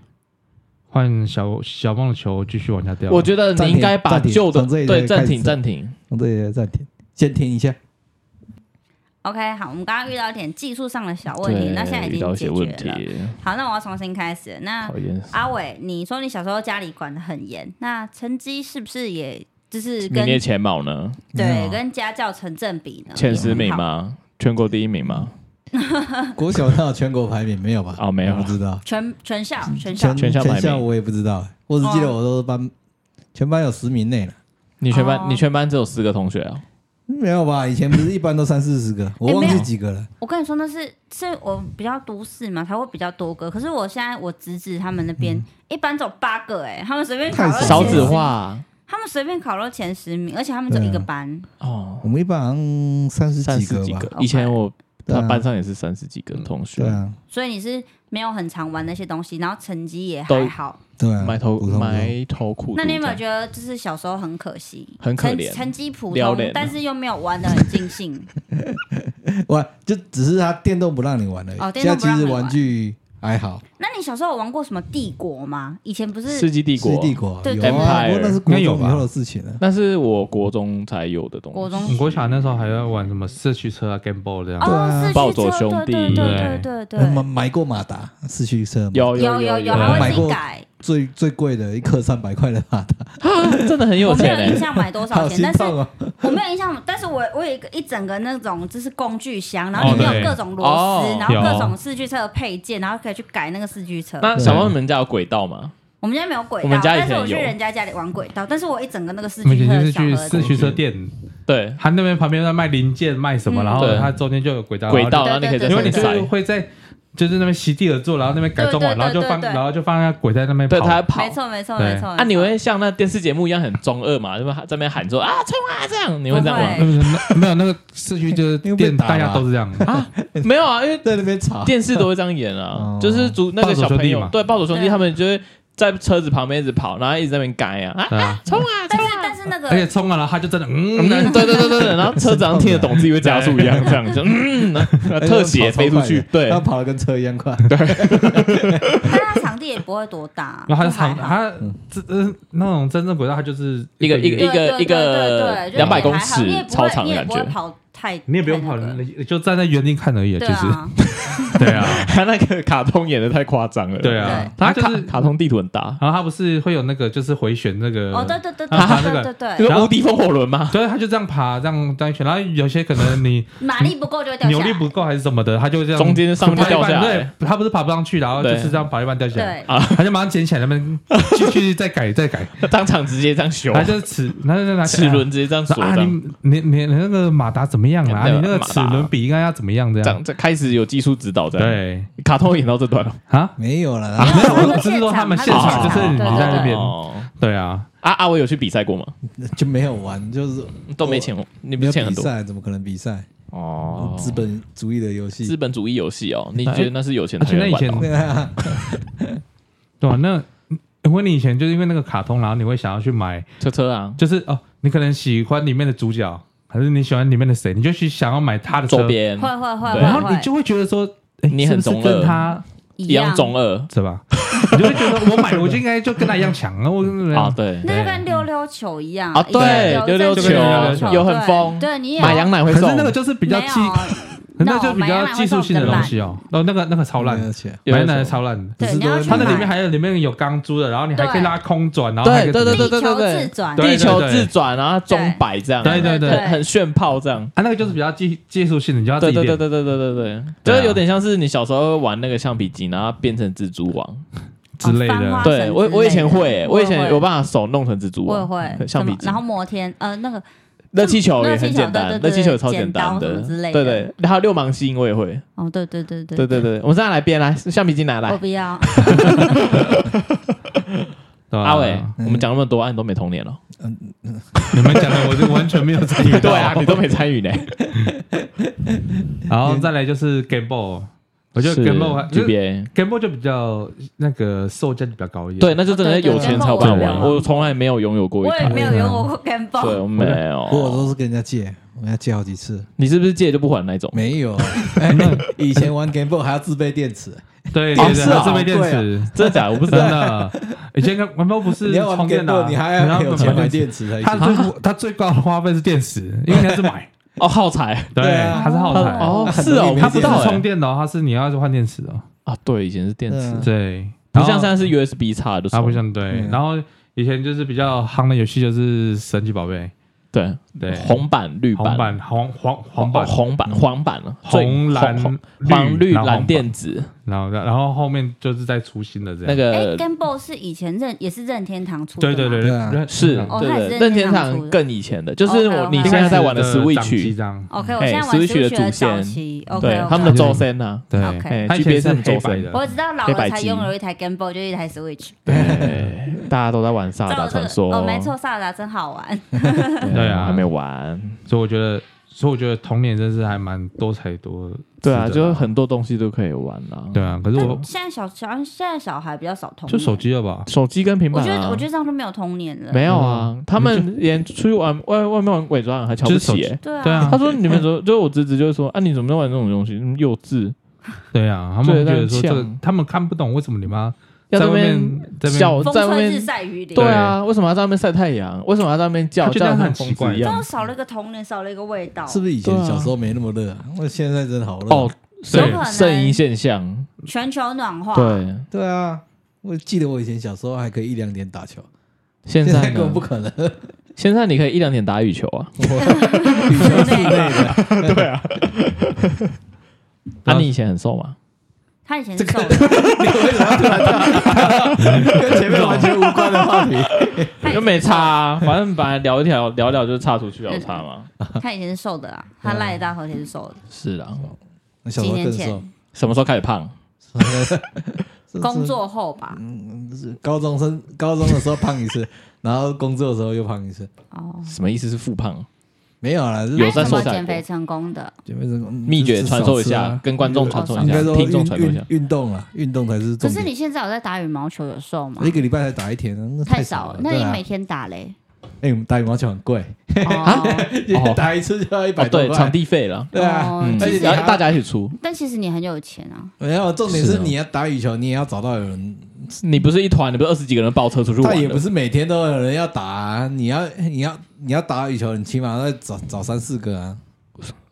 C: 换小小梦的球继续往下掉了。
A: 我觉得你应该把
D: 暂停
A: 旧的
D: 从这里
A: 对
D: 开
A: 暂
D: 始
A: 停暂停。
D: 从这里暂停，先停一下。
B: OK，好，我们刚刚遇到一点技术上的小问题，
A: 对
B: 那现在已
A: 遇到
B: 经
A: 一
B: 解
A: 些问
B: 决了。
A: 题，
B: 好，那我要重新开始。那
A: 讨厌。
B: 阿伟，你说你小时候家里管的很严，那成绩是不是也就是
A: 名
B: 跟
A: 列前茅呢，
D: 没
B: 对
D: 有
B: 跟家教成正比呢？
A: 啊前十名
B: 好？
A: 吗？全国第一名吗？
B: 啊
D: 国小到全国排名没有吧？
A: 哦没有
D: 我不知道。
B: 全全校全校
D: 全
A: 全校排名
D: 全校我也不知道，我只记
B: 哦
D: 得我都是班全班有十名内了，
A: 你全班
B: 哦
A: 你全班只有十个同学啊？
D: 没有吧？以前不是一般都三四十个，我忘记几个了。
B: 我跟你说，那是是我比较都市嘛，才会比较多个。可是我现在我侄子他们那边、一般走八个、哎，他们随便考到
D: 太少
A: 少
B: 前
A: 子
B: 十
A: 化
B: 他们随便考到前十名，而且他们只有一个班，
A: 哦，
D: 我们一般好像三十
A: 三
D: 几
A: 十
D: 个
A: 几
D: 吧
A: 个。。
B: OK
A: 以前我
D: 对啊
A: 他班上也是三十几个同学
D: 对，啊，
B: 所以你是没有很常玩那些东西，然后成绩也
A: 都
B: 还好。
D: 对啊，
A: 埋头
D: 普通
A: 埋头苦读这样。
B: 那你有没有觉得就是小时候很可惜，
A: 很可怜
B: 成成绩普
A: 撩
B: 通
A: 脸，
B: 但是又没有玩的很尽兴？
D: 玩就只是他电动不让你玩而已。
B: 哦电
D: 现在
B: 动不
D: 其
B: 让你
D: 实
B: 玩
D: 玩具还好，
B: 那你小时候有玩过什么帝国吗？以前不
A: 世
B: 是
A: 纪帝
D: 是
A: 国？
D: 帝国
B: 对
D: 有啊，
A: Empire
D: 不过那是
C: 应
D: 国中
C: 该有
D: 以
C: 吧
D: 后的事情了。
A: 那是我国中才有的东西。
B: 国中
C: 我国小那时候还要玩什么社区车啊、Game Boy 这样。
B: 哦，四驱
A: 暴走
B: 车
A: 兄弟
B: 对对对对对对
D: 我们买过马达四驱车嘛，
A: 有有
B: 有有
A: 有
B: 还
D: 我
B: 会
D: 买
B: 自己
D: 过
B: 改，
D: 最最贵的一颗三百块的马达，
A: 真的很有
B: 我没
A: 钱
B: 有印
A: 哎、
B: 象买多
D: 好
B: 少钱，
D: 心
B: 但是
D: 痛啊！
B: 我没有印象，但是我我有一个一整个那种就是工具箱，然后里
C: 哦
B: 面
C: 对
B: 有各种螺丝，
A: 哦
B: 然后各
C: 有
B: 种四驱车的配件，然后可以去改那个四驱
C: 哦
B: 车。
A: 那小猫，你们家有轨道吗？
B: 我们家没有轨
A: 我
B: 道，
A: 们家以
B: 但是
A: 前
B: 我去
A: 有
B: 人家家里玩轨道，但是我一整个那个四
C: 我们以
B: 驱车
C: 前就
B: 的
C: 是
B: 小盒
C: 去
B: 子
C: 四驱车店，
A: 对，
C: 它那边旁边在卖零件卖什么，
B: 嗯
C: 然后
A: 对
C: 它中间就有轨道，
A: 轨道，然
B: 对
A: 后你可以在上
C: 然后因为你
A: 面
C: 就
A: 塞
C: 是。会在就是那边席地而坐，然后那边改装完，
B: 对
C: 然后
B: 对
C: 就
B: 对
C: 放，
B: 对对
C: 然后就放在轨在那边
A: 对，
C: 跑，
A: 它在跑
B: 没。错没错
C: 对
B: 没错。
A: 啊，你
B: 没错
A: 会像那电视节目一样很中二嘛？就是在那边喊说啊冲啊这样，你会这样
B: 不
A: 吗
B: 会？
C: 没有没有那个啊市区就是
D: 因为被
C: 店，
D: 打
C: 大家
D: 吧
C: 都是这样。
A: 啊，没有啊，因为
D: 在那边吵，
A: 电视都会这样演啊
D: 哦，
A: 就是主那个小
C: 暴走
A: 朋
C: 兄弟
A: 友
C: 嘛
A: 对暴走兄弟
B: 对
A: 他们就会在车子旁边一直跑，然后一直在那边改啊啊
C: 对啊，
A: 冲啊
B: 但
A: 冲
B: 是
A: 啊！
B: 但是那个
C: 而且冲完了他就真的
A: 嗯，
C: 嗯，
A: 对对对对，对
C: (laughs)
A: 然后车子好像听得懂自己会加速一样，这样就嗯，
C: 啊哎
A: 那特写飞出去，对
D: 他，跑得跟车一样快，
B: 但它场地也不会多大，
C: 然后他
B: 就
C: 就
B: 还
C: 长，
B: 好。
C: 他这呃那种真正轨道，他就是
A: 嗯一个一
B: 对
A: 个
B: 对对对对
A: 一个200
B: 就也还好
A: 公尺
B: 你也不会
A: 操场的
B: 你也
A: 感
B: 不会
A: 觉
B: 跑太，
C: 你也不用跑
B: 太那个，
C: 就站在原地看而已，就
B: 对
C: 是
B: 啊，
A: (laughs)
C: 对啊，
A: 他那个卡通演的太夸张了，
C: 对
B: 对
C: 啊，
A: 他
C: 他就
A: 卡
C: 是，
A: 卡通地图很大，
C: 然后他不是会有那个就是回旋那个，
B: 哦对对对对
C: 他爬
B: 对对
C: 那个
B: 对
A: 就
B: 对，
A: 是无敌风火轮嘛，
C: 对，他就这样爬，这样这样一圈，然后有些可能你
B: 马力不够就会掉下
C: 扭
B: 来，
C: 力不够还是什么的，他就这样
A: 中间上面就
C: 爬一
A: 掉
C: 半
A: 下来
C: 对，，他不是爬不上去，然后就
A: 对
C: 是这样爬一半掉下来，
B: 对，
C: 他就马上捡起来，那边继续再改再改，
A: 当场直接这样修
C: 他，就是齿，他就拿起
A: 齿
C: 来
A: 轮直接这样锁
C: 说啊，
A: 这样
C: 你你你你那个马达怎么样啦？
A: 对
C: 你那个
A: 马达
C: 齿轮比应该要怎么样这
A: 这
C: 样？
A: 样，这开始有技术指导这样。
C: 对
A: 卡通演到这段哦
C: (laughs)
A: 了，
C: 啊，
D: 没有了
C: 啊
D: 啦，
C: 没有，
B: 他
C: 我
B: 们
C: 只是说
B: 现
C: 他们
B: 场
C: 现
A: 他
C: 场
A: 们
C: 就是
A: 现
C: 你
B: 场
C: 在那边，
A: 哦，
C: 对啊，
A: 阿阿伟有去比赛过吗？
D: (laughs) 就没有玩，就是
A: 都没钱，你不
D: 没
A: 是欠
D: 有
A: 很
D: 比
A: 多
D: 赛，怎么可能比赛？
A: 哦？
D: 资本主义的游戏
A: 资，本主义游戏哦，你觉得那是有钱
C: 而
A: 才
C: 啊且那
A: 能
C: 以
A: 玩
C: 前
D: (laughs)
A: 到？
D: 对啊，
C: 对啊，那因为你以前就是因为那个卡通，然后你会想要去买，
A: 车车啊，
C: 就是哦，你可能喜欢里面的主角，还是你喜欢里面的谁，你就去想要买他的车
A: 周，边
B: 会会会
A: 对
B: 会，
C: 然后
B: 会
C: 你就会觉得说，哎，
A: 你很
C: 是不是
A: 中二
C: 跟他
A: 一样中二
C: 是吧？ (laughs) 你就会觉得我买我就应该就跟他一样强啊，我
A: 啊，对，
B: 那就跟溜溜球一样
A: 啊对
B: 一
A: 溜
B: 个
A: 溜
C: 球
A: 有
B: 对
A: 很疯
B: 对你也
A: 买羊奶
C: 可
A: 会
C: 是
A: 送
C: 那，个就是比较技，
B: 没有
C: 可是 (laughs) 那就比较技术性的东西哦，哦，那个那个超烂
D: 没，有钱，
A: 嗯有
C: 买
A: 人
C: 奶奶
A: 送
C: 超烂的。
B: 对，你要去
C: 它那里面
B: 买
C: 还有里面有钢珠的，然后你还可
B: 对
C: 以拉空转，然后还可
A: 对
C: 以
A: 对对对对
B: 地球
A: 对
B: 自转
C: 对
A: 地球自转，然后中摆这样，
C: 对对对
A: 很很炫炮这样。
C: 啊，那个就是比较技技术性的，你就要自
A: 对
C: 己
A: 对对
C: 练。
A: 对对对对对，
C: 对
A: 就
C: 啊
A: 是有点像是你小时候玩那个橡皮筋，然后变成蜘蛛网。
C: 之类的
B: 哦翻花绳之类
A: 对
B: 的
A: 我我以前会，我以前有
B: 我也会
A: 办法手弄成蜘蛛
B: 我也
A: 网，(laughs)
B: 会
A: 橡皮
B: 什么
A: 筋
B: 然后。摩天呃那个
A: 热气球也
B: 热气
A: 很
B: 球
A: 简单
B: 对对，
A: 热
B: 对
A: 气球也超简
B: 剪刀
A: 单的
B: 什么之类
A: 对
B: 的
A: 对，还有六芒星我也会。
B: 哦对对对对
A: 对对对，我们再来编来橡皮筋拿来
B: 我。不要，
C: 对吧，
A: 啊阿伟，我们讲那么多，啊，你都没童年了。
C: 你们讲的我就完全没有参
A: (laughs)
C: 与到。
A: 对啊，你都没参与呢。
C: 然后再来就是 Game Boy，我觉得
A: 是
C: Game Boy 还就是
A: GBA，
C: Game Boy 就比较那个售价就比较高一点。
A: 对，，那就真的
B: 哦对对
A: 有钱
B: 对
A: 才有办法
C: 对
A: 玩。
C: 对
A: 我从来没有拥有过一
B: 我也
A: 台，
B: 没有用过 Game
A: 对，
B: Boy，
A: 我没
D: 不过我
A: 有。
D: 都是跟人家借，我跟人家借好几次，
A: 你是不是借就不还那种？(laughs)
D: 没有。哎以前玩 Game Boy 还要自备电池，
C: 对
A: 哦
C: 对
A: 是啊
C: 对，这边电
D: 好贵啊
C: 池
A: 真的假的？我不知
C: 真 (laughs)
A: 道。
C: 的，以前 Game Boy 不是
D: 你要玩
C: 充
D: Game
C: 电的
D: Boy，
C: 啊，
D: 你还要有钱买
C: 池。
D: 电池才
C: 它
D: 行。
C: 最它最高的花费是电池，因为你要是买，
A: 哦，耗材。
C: (laughs) 对
D: 对啊，
C: 它是耗材，
A: 哦，
D: 很
A: 是
D: 容
A: 哦
D: 易，没
A: 他
C: 它
A: 不
C: 不
A: 知
C: 是
A: 道
C: 充
A: 欸
C: 电的哦，它是你要去换电池的哦。
A: 啊。对，以前是电池
D: 嗯，
C: 对，
A: 不
C: 然后
A: 像现在是 USB 插的，
C: 啊，不像对
D: 嗯。
C: 然后以前就是比较夯的游戏就是神奇宝贝，
A: 对
C: 对，
A: 红版、绿
C: 红
A: 版、
C: 版、红黄黄版
A: 哦、红版、黄版了，最
C: 红蓝
A: 红黄绿
C: 然后
A: 蓝
C: 红
A: 电子
C: 版，然后然后后面就是在出新的这
A: 那
C: 样。
B: 哎
A: 个。
B: ，Game Boy 是以前任也是任天堂出的
C: 对
B: 吗，
C: 对对
D: 对啊
A: 是，
B: 哦
A: 对
B: 它也
A: 对
B: 是
A: 对，任
B: 任
A: 天
B: 天堂出
A: 堂
B: 的哦
A: 更以前的，就是我
B: OK，OK
A: 你现在在玩的
C: 掌机
A: Switch，
C: 这样，
B: OK，我
A: 哎
B: 现在玩
A: Switch 的
B: Switch 的早
A: 祖先
B: 期
A: 对
B: ，OK，
A: 他们的周深啊，
C: 对
B: OK 哦
A: 哎
C: 它以
A: ，GBA
C: 前
A: 是
C: 是
A: 很周
C: 黑白
A: 深
C: 的，
B: 我只知道老
A: 黑白
B: 了才
A: 机
B: 拥有一台 Game Boy，就一台 Switch。
A: 对，大家都在玩《萨
B: 照
A: 尔达
B: 这
A: 传
B: 个
A: 说》
B: 哦，没错，萨尔达真好玩。
C: 对啊
A: 还没玩。
C: 所以我觉得，所以我觉得童年真是还蛮多才多姿的。
A: 对啊，就是很多东西都可以玩啦。
C: 对，啊。可是我
B: 但现在小小现在小孩比较少童
C: 就
B: 年，
C: 手机了吧，
A: 手机跟平
B: 我
A: 板
B: 觉得
A: 啊
B: 我，觉得这样就没有童年了。
A: 没有
C: 嗯
A: 啊，他们连出去玩外外面玩鬼抓人还瞧不
C: 就是手
A: 起
C: 机
A: 欸。
B: 对啊，
C: 对啊
A: 他说：“你们说， (laughs) 就是我侄子就会说，啊，你怎么在玩这种东西？那么幼稚，
C: 对啊，他们会觉得说
A: 对
C: 这
A: 但
C: 个
A: 呛，
C: 他们看不懂为什么你妈
A: 要
C: 在
A: 这
C: 外
A: 边
C: 面在
A: 叫，
C: 外
B: 风
A: 在外
B: 吹日
A: 面，
B: 晒雨淋，
A: 对啊，为什么要在外面晒太阳？为什么要在外面叫
C: 他觉得
A: 叫得像
C: 很
A: 疯
C: 奇怪
A: 子一
B: 这
A: 样
B: 样？少了一个童年，少了一个味道。
D: 是不是以前
A: 对啊
D: 小时候没那么热啊？我现在真的好热啊
A: 哦，
B: 有可
A: 圣
B: 能
A: 圣婴现象，
B: 全球暖化？
A: 对，
D: 对啊，我记得我以前小时候还可以一两点打球，
A: 现
D: 现在
A: 在
D: 根本
A: 呢
D: 不？可
A: (laughs)
D: 能。
A: 现在你可以一两点打羽球啊？
D: 羽球室内的，
C: 对
A: 啊，
C: 啊
A: 你以前很瘦吗？
B: 他以前是瘦的，
D: (laughs) 你为什么突
A: (laughs)
D: 然讲跟前面完全无关的话题？
B: 他以
A: 又
B: 前
A: 没差啊，反正本来聊一聊聊一聊就岔出去有差嘛。
B: 他以前是瘦的啊，他赖的大头前是瘦的，
A: 是啊，
D: 我小时
B: 几
D: 候
B: 年
D: 更
B: (laughs)
D: 瘦，
B: 前
A: 什么时候开始胖？
D: 是
B: 工作后吧，
D: 是高中生高中的时候胖一次， (laughs) 然后工作的时候又胖一次，
B: 哦，
A: 什么意思是复胖？
D: 没有啦，就是
A: 有在
B: 那你怎
A: 瘦
B: 么
A: 下来
B: 减
A: 过
B: 肥成功的？
D: 减肥成功
A: 秘诀传授一下，，跟观众传授一
D: 啊应
A: 下
D: 该，说
A: 听众
D: 运
A: 传授一下哦
D: 运。运动啊，运动才是
B: 可
D: 重
B: 是
D: 点。
B: 你现在有在打羽毛球，有瘦吗
D: 一？个礼拜才打一天，那
B: 太
D: 少
B: 少
D: 了
B: 了，。那你
D: 对啊
B: 每天打嘞？
D: 哎，我们打羽毛球很贵，
B: 哦，
D: (laughs) 打一次就要一
A: 哦
D: 百，多
A: 对，场
D: 块。
A: 地费了，
D: 对啊，
B: 哦
A: 嗯，
D: 而且
B: 其
D: 你
A: 然
D: 还
B: 实
A: 后大家一起出。
B: 但其实你很有钱啊，
D: 没有，重点
A: 是
D: 是
A: 哦
D: 你要打羽球，你也要找到有人。
A: 你不是一团，你不是二十几个人包车出去
D: 他
A: 玩
D: 也
A: 的
D: 不是每天都有人要打啊，你要你要你要打羽球，你起码要找找三四个啊。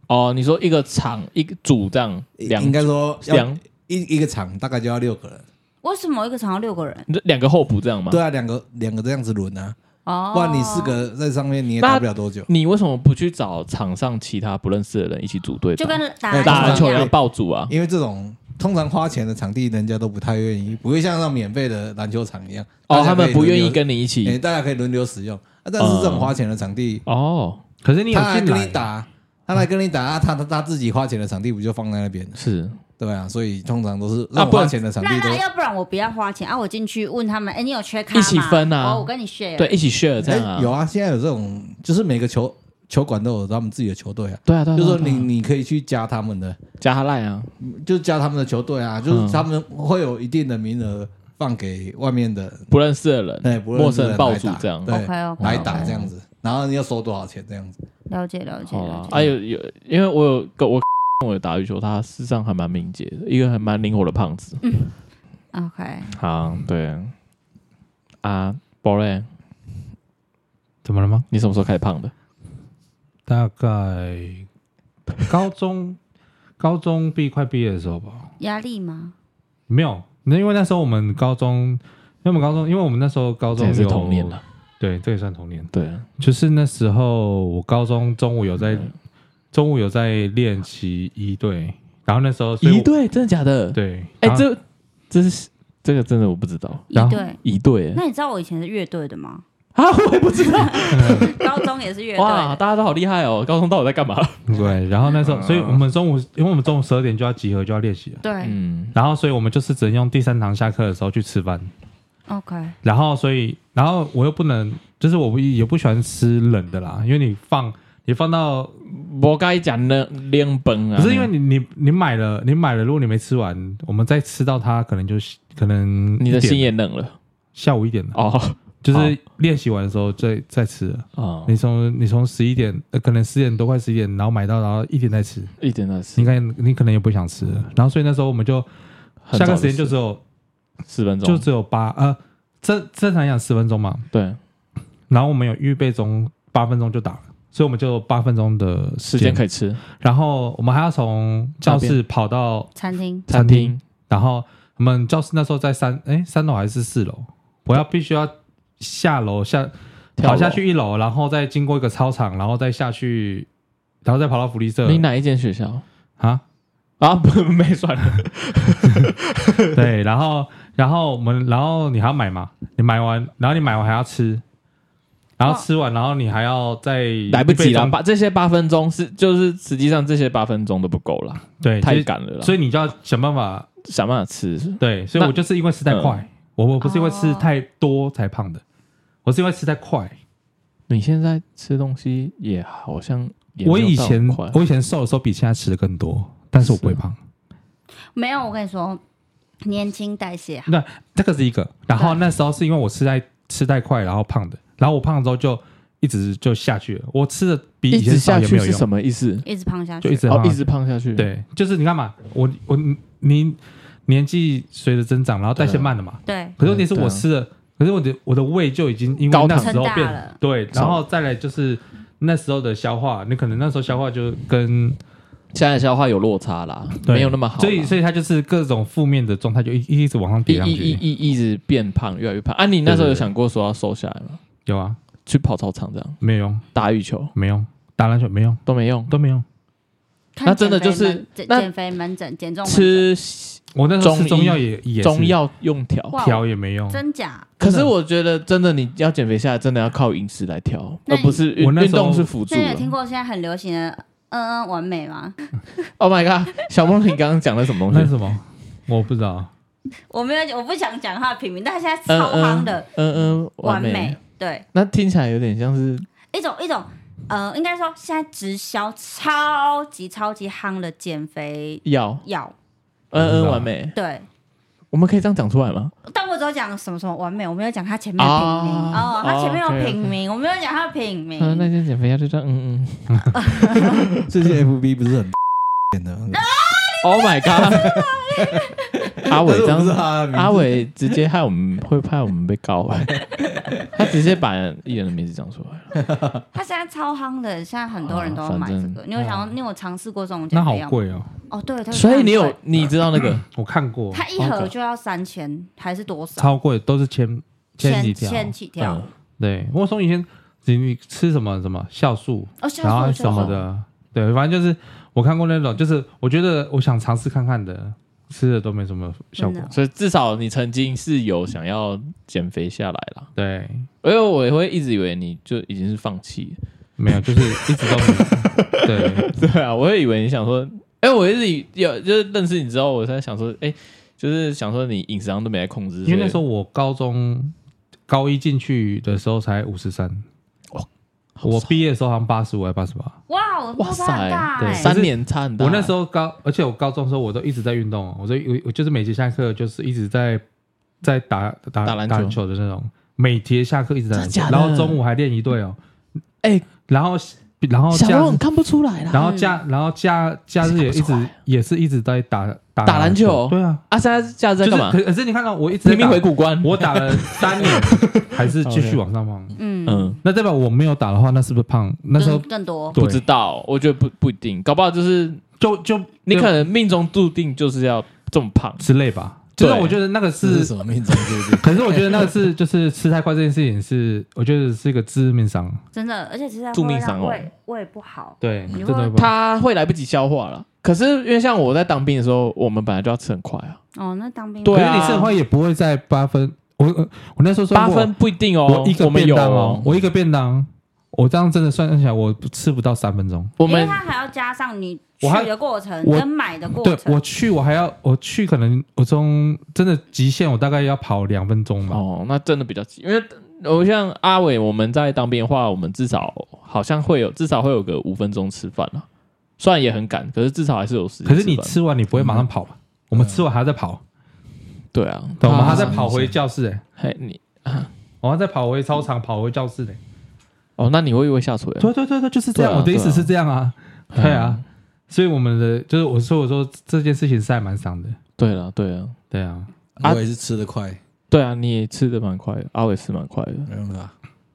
A: 哦，你说一个场一个组这样两
D: 应该说要
A: 两
D: 一一个场大概就要六个人。
B: 为什么一个场要六个人？
A: 两个候补这样吗？
D: 对啊，两个两个这样子轮啊，
B: 哦，
D: 不然你四个在上面你也
A: 那
D: 打不了多久。
A: 你为什么不去找场上其他不认识的人一起组队吧？
B: 就跟打
D: 哎
A: 打篮球一
B: 一
A: 样
B: 样，
A: 爆组啊？
D: 因为这种通常花钱的场地，人家都不太愿意，不会像那种免费的篮球场一样。
A: 哦，
D: 大家
A: 他
D: 可
A: 们
D: 以
A: 不
D: 轮
A: 愿意
D: 流，
A: 跟你一
D: 哎、
A: 起
D: 大家可以轮流使用。啊、但是这种花钱的场地，
A: 哦，
C: 可是你有
D: 他来
C: 进
D: 跟你
C: 来，
D: 打，他来跟你打，啊、他他他自己花钱的场地不就放在那边？
A: 是
D: 对啊，所以通常都是
A: 啊
D: 那种
A: 不然
D: 花钱的场地
B: 那
D: 都哎
B: 那。要不然我不要花钱啊，我进去问他们，哎，你有缺咖
A: 一起分啊
B: 哦，我跟你 share。
A: 对，一起 share 这
D: 哎
A: 样啊？
D: 有啊，现在有这种，就是每个球球馆都有他们自己的球队啊，
A: 对啊，对啊，
D: 就
A: 对啊
D: 说你
A: 对啊
D: 你可以去加他们的，
A: 加他赖啊，
D: 就加他们的球队
A: 嗯
D: 啊，就是他们会有一定的名额放给外面的，
A: 不认识的人，
D: 哎，
A: 嗯
D: 不
A: 陌
D: 认识
A: 生
D: 的
A: 人
D: 人
A: 爆
D: 来
A: 组
D: 打
A: 这样哦嗯
D: 对，
B: OK，OK，
D: 来打这样子，然后你要收多少钱这样子？
B: 了解了解
A: 好
B: 了
D: 嗯
A: 啦。
B: 解。
A: 啊有有，因为我有个我 (laughs) 我有打羽球，他事实上还蛮敏捷的，一个还蛮灵活的胖子。
B: OK，
A: 好，对啊，宝瑞，
C: 怎么了吗？
A: 你什么时候开始胖的？
C: 大概高中高中毕快毕业的时候吧，
B: 压力吗？
C: 没有，那因为那时候我们高中，因为我们高中，因为我们那时候高
A: 这
C: 中
A: 也是
C: 有
A: 童年啊了，
C: 对，这也算童年。
A: 对啊，
C: 就是那时候我高中中午有在
A: 嗯
C: 中午有在练习一队，然后那时候所以我
A: 一队真的假的？
C: 对，啊
A: 哎、
C: 然后
A: 这这是这个真的我不知道，
B: 一
C: 然后
B: 队。
A: 一队欸
B: 那你知道我以前是乐队
A: (laughs)
B: 的吗？
A: 啊，我也不知道
B: 高中也是乐队
A: 哇，
B: 的，
A: 大家都好厉害哦！高中到底在干嘛？
C: 对，然后那时
D: 啊
C: 候，所以我们中午，因为我们中午十二点就要集合就要练习了，
B: 对
A: 嗯，
C: 然后所以我们就是只能用第三堂下课的时候去吃饭，
B: ，OK，
C: 然后所以然后我又不能，就是我不也不喜欢吃冷的啦，因为你放你放到
A: 我该讲的两本啊，
C: 不是因为你你你买了你买了，如果你没吃完，我们再吃到它，可能就是可能
A: 你的
C: 一点
A: 心也冷了
C: 下午一点了，
A: 哦
C: 就是练习完的时候再再吃了。
A: 哦，
C: 你从你从十一点，呃，可能十点多快十一点，然后买到，然后一点再吃，
A: 一点的是
C: 你看你可能也不想吃了。然后所以那时候我们就
A: 很
C: 下
A: 早
C: 课
A: 的
C: 时间就只有
A: 十分钟，
C: 就只有八呃正正常讲十分钟嘛，
A: 对，
C: 然后我们有预备中八分钟就打了，所以我们就有八分钟的
A: 时
C: 时
A: 间
C: 间。
A: 可以吃
C: 然后我们还要从教室跑到，
B: 餐厅
A: 餐
C: 餐
A: 厅
C: 厅，然后我们教室那时候在三哎三楼还是四楼，我要必须要下楼下
A: 跳
C: 跑
A: 楼
C: 下。去一楼，然后再经过一个操场，然后再下去，然后再跑到福利社
A: 你哪一间学校
C: 啊。
A: 啊？不，没算了，
C: 对，然后然后我们然后你还要买嘛？你买完，然后你买完还要吃，然后吃完，然后你还要再
A: 来不及
C: 一杯
A: 了。
C: 中
A: 八这些八分钟是就是实际上这些八分钟都不够了，
C: 对，
A: 太
C: 所以
A: 赶了啦，
C: 所以你就要想办法。
A: 想办法吃。
C: 对，所以
A: 那嗯
C: 我就是因为吃太快，我我不是因为吃
B: 哦
C: 太多才胖的，我是因为吃太快。
A: 你现在吃东西也好像也
C: 我
A: 没有
C: 以
A: 到
C: 前
A: 快
C: 我以前瘦的时候比现在吃的更多，但是我不会
A: 是
C: 胖。
B: 没有，我跟你说，年轻代谢好
C: 那这个是一个，然后
B: 对
C: 那时候是因为我吃太吃太快，然后胖的，然后我胖了之后就一直就下去了。我吃的比
A: 一
C: 以前
A: 直
C: 少
A: 下
C: 也
A: 去
C: 没有
A: 是
C: 用，
A: 什么意思？
B: 一直胖下
C: 就一
B: 去。
C: 直
A: 哦
C: 胖，
A: 一直胖下去。，
C: 对，就是你看嘛，我我你年纪随着增长，然后
A: 嗯
C: 代谢慢了嘛。
B: 对，
C: 可是问题是
A: 对啊
C: 我吃了，可是我的我的胃就已经因
A: 高
C: 为那
A: 糖
C: 时
B: 撑
C: 候
B: 大
C: 变
B: 了
C: 对，
A: 少
C: 然后再来就是那时候的消化，你可能那时候消化就跟
A: 现在消化有落差啦，
C: 对
A: 没有那么好啦，
C: 所以所以他就是各种负面的状态就一一直往上
A: 一
C: 叠上
A: 一一
C: 去。
A: 一一直变胖，越来越胖。啊，你那时候
C: 对对
A: 有
C: 对
A: 想过说要瘦下来吗？
C: 有啊，
A: 去跑操场这样
C: 没有用，
A: 打羽球
C: 没有用，打篮球没有用，
A: 都没用，
C: 都没有用。
B: 看
A: 那真的
B: 减肥
A: 就是
B: 门减
A: 那
B: 减肥门诊、减重门诊，
A: 吃
C: 我那时候吃
A: 中医
C: 中药也也是
A: 中药用调。
B: 哇
C: 调也没用。
B: 真假？
A: 可是我觉得真的你要减肥下来，真的要靠饮食来调，
B: 那
A: 而
B: 你
A: 不是运
C: 我那
A: 运
C: 时候
A: 动是辅助
B: 那你
A: 的
B: 有。听过现在很流行的“嗯嗯完美”吗？
A: Oh my god，小梦，你刚刚讲了什么
C: 那
A: 东
C: 是
A: 西？
C: 什么？我不知道。
B: 我没有，我不想讲他的品名，但他现在
A: 嗯
B: 超夯
A: 嗯
B: 的
A: 嗯嗯，完
B: 完美，对，
A: 那听起来有点像是
B: 一种一种呃，应该说现在直销超级超级夯的减肥
A: 药，
B: 药，
A: 嗯
C: 我知
A: 嗯，
C: 道
A: 完美。
B: 对。
A: 我们可以这样讲出来吗？
B: 但我只有讲什么什么完美，我没有讲他前面的品名
A: 啊
B: 哦，他前面
A: 哦
B: 有
A: ，OK，OK
B: 品名，我没有讲他的品名。
A: 嗯，那就减肥药就这样，嗯嗯。
D: 最近 FB 不是很 (laughs) 点的，
A: Oh my (laughs) god，阿伟这样
D: 但是我不知道他的名字
A: 阿伟直接害我们会怕我们被告 (laughs) 啊！他直接把艺人的名字讲出来了，
B: 他现在超夯的，现在很多人都
A: 啊
B: 买
A: 反
B: 这
A: 正
B: 个。你有想要？你有尝试过这种
C: 那
B: 减
C: 好
B: 肥药吗？
C: 贵哦，
B: 哦，对，它
A: 所以你
B: 非
A: 有
B: 常贵，
A: 你知道那个
C: 我看过，
B: 它一
A: 好
B: 盒
A: 贵
B: 就要三千还是多少？
C: 超贵，都是千千几
B: 千
C: 条。
B: 千几条
A: 嗯
C: 对，我从以前你你吃什么什么酵素，
B: 哦，酵
C: 然后
B: 素
C: 什么，的，对，反正就是我看过那种，就是我觉得我想尝试看看的，吃的都没什么效果
B: 真。的
A: 所以至少你曾经是有想要减肥下来啦。
C: 对，
A: 因为我也会一直以为你就已经是放弃了，
C: 没有，就是一直都没有。
A: (laughs)
C: 对，
A: 对啊，我会以为你想说，哎，我一直以有就是认识你之后，我才想说，哎，就是想说你饮食上都没在控制，
C: 因为那时
A: 候
C: 候我高中高一进去的时候才五十三，我毕业的时候好像八十五还八十八。
B: 哇，我
A: 哇
B: 哇
A: 塞
B: 塞，大
C: 对
B: 欸
A: 三年差很大。
C: 我那时候高，而且我高中的时候我都一直在运动哦，我就我我就是每节下课就是一直在在打打
A: 打篮球
C: 打篮球的那种，每节下课一直在打篮球，
A: 真的假
C: 然
A: 的
C: 后中午还练一队哦，
A: 哎，
C: 然后然后
A: 小
C: 假
A: 梦
C: 日
A: 看不出来啦。
C: 然后假
A: 嗯
C: 然后假假日也
A: 看
C: 一
A: 不出
C: 直
A: 来
C: 也是一直在打打
A: 打篮球
C: 对啊，
A: 啊，现在假日在
C: 就是
A: 干嘛？
C: 可可是你看到我一直在
A: 拼命
C: 打
A: 回，古关。
C: 我打了三
A: (laughs)
C: 年还是继续往上胖，
B: 嗯，
A: 嗯，
C: 那代表我没有打的话，那是不是胖？那时候
B: 更更多，
A: 不
C: 对
A: 知道，我觉得不不一定，搞不好就是
C: 就就
A: 你
C: 就
A: 可能命中注定就是要这么胖。
C: 之类吧，就是
A: 对
C: 我觉得那个
D: 这
C: 是
D: 是什么命中注定？
C: 可是我觉得那个是 (laughs) 就是吃太快这件事情是，我觉得是一个致命伤。
B: 真的，而且其实
A: 致命
B: 会
A: 伤
B: 让
A: 哦
B: 胃胃不好，
C: 对
B: 你
C: 真
B: 会
C: 的会
A: 他会来不及消化了。可是因为像我在当兵的时候，我们本来就要吃很快啊，
B: 哦，那当兵
A: 对
C: 可
A: 啊
C: 是你吃很快也不会在八分。我我我那时候说
A: 八
C: 过
A: 分，不一定哦。
C: 我一个
A: 们
C: 便
A: 有
C: 当哦，，我一个便当，我这样真的算起来，我吃不到三分钟。
A: 我
B: 因为
A: 们
B: 它还要加上你去
C: 我还
B: 的过程
C: 我
B: 跟买的过
C: 对
B: 程
C: 我，去，我还要我去，可能我从真的极限，我大概要跑两分钟吧。
A: 哦，那真的比较急，因为我像阿伟，我们在当兵的话，我们至少好像会有至少会有个五分钟吃饭啊，虽然也很赶，可是至少还是有时间
C: 可
A: 饭。
C: 是你吃完，你不会马上跑
A: 嗯
C: 吧？我们吃完还要再跑，
A: 对啊，
C: 对，我们还要
A: 在
C: 再跑回教室哎，
A: 嘿你
C: 我还要再跑回操场，跑回教室哎。
A: 哦，那你会不会下垂啊？
C: 对对对对，就是这样。
A: 对啊
C: 我的意思
A: 对啊
C: 是这样啊，
A: 嗯
C: 对啊。所以我们的就是我说我说这件事情是还蛮伤的，
A: 对了，对啊，
C: 对啊。
A: 啊
D: 我也是吃的快，
A: 对啊，你也吃的蛮快的，阿伟吃蛮快的，
D: 没办法。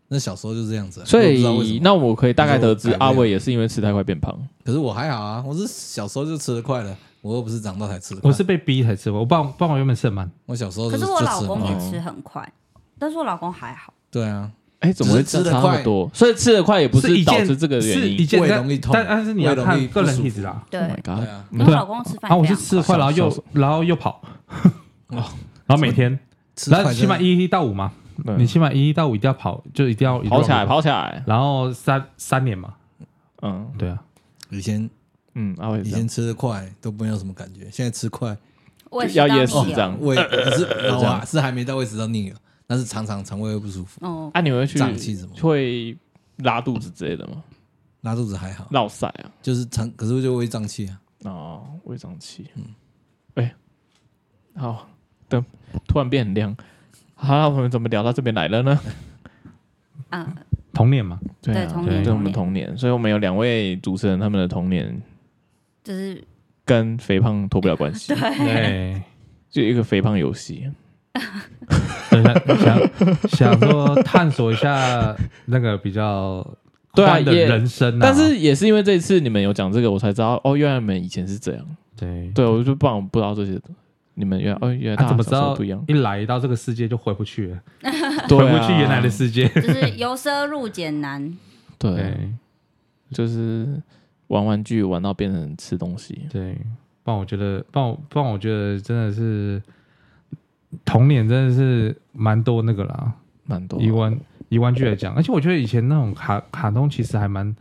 D: 那小时候就这样子啊，
A: 所
D: 我也不知道为什
A: 以
D: 么
A: 那我可以大概得知
D: 可是我改变
A: 阿
D: 了
A: 伟也是因为吃太快变胖。
D: 可是我还好啊，我是小时候就吃的快了，我又不是长大才吃
A: 啊
D: 的快。
C: 我是被逼才吃，我爸爸我原本是很慢，
D: 我小时候
B: 可
D: 就是就
B: 我
D: 吃
B: 老
D: 很
B: 公
D: 快
B: 也吃很快，但是我老公还好，
D: 对啊，
A: 哎，怎么会
D: 只是吃得
A: 差那么
D: 快
A: 多？所以吃的快也不
C: 是一
A: 导
C: 件
A: 致这个
C: 是
A: 原
C: 一
A: 因。
C: 件
D: 胃
C: 但
D: 容易痛
C: 但但是你要
D: 胃容易
C: 看
D: 不
C: 个人
D: 舒服
C: 体质啊。
B: 对
A: Oh，my
D: 对
A: god！
D: 啊，
B: 因为我老公吃饭
C: 啊，我
B: 非
C: 是
B: 常
C: 吃得快，
A: 小
C: 然后
A: 小哦
C: 又然后又跑， (laughs) 然后每天，
D: 吃
C: 然后
D: 快
C: 起码
D: 真的
C: 一到五嘛，
A: 对
C: 你起码一到五一定要跑，就一定要一定要
A: 嗯跑起来，跑起来。
C: 然后三三年嘛，
A: 嗯
C: 对啊，
D: 以前
A: 嗯，阿伟
D: 以
A: 这样
D: 前吃的快都没有什么感觉，现在吃快
B: 我也
A: 要
B: 到
A: 噎死
B: 腻
A: 这
B: 了
A: 样。 (laughs)
D: 胃可是老啊，是还没到胃食道逆流，但是常常肠胃会不舒服，
B: 哦，
A: 啊，你会去
D: 胀气什么
A: 会拉肚子之类的吗？
D: 拉肚子还好，
A: 落塞啊，
D: 就是肠可是就胃胀气啊。
A: 哦，胃胀气。
C: 嗯
A: 哎，好，灯突然变很亮。好了，我们怎么聊到这边来了呢？
B: 嗯，
C: 童年嘛，
A: 对
B: 对
A: 啊，
B: 童
A: 对
C: 年
A: 我
B: 童
A: 们
B: 年
A: 童年，所以我们有两位主持人，他们的童年
B: 就是
A: 跟肥胖脱不了关系，
C: 对，
A: 就一个肥胖游戏。
C: 想想想说探索一下那个比较
A: 对啊
C: 换的
A: 也
C: 人生啊。
A: 但是也是因为这一次你们有讲这个，我才知道哦，原来你们以前是这样。
C: 对，
A: 对，我就不然我不知道这些。你们原来哦，原来
C: 他
A: 大
C: 嗯啊怎么
A: 家
C: 知
A: 小时候
C: 道
A: 不一样，
C: 一来到这个世界就回不去了，
A: 对
C: 回
A: 啊
C: 不去原来的世界？
B: 就是由奢入俭难。
C: (laughs)
A: 对，
C: 对
A: 就是玩玩具玩到变成吃东西。
C: 对，不然我觉得，不然我不然我觉得真的是童年真的是蛮多那个啦，
A: 蛮多
C: 以玩以玩具来讲，而且我觉得以前那种卡卡通其实还蛮。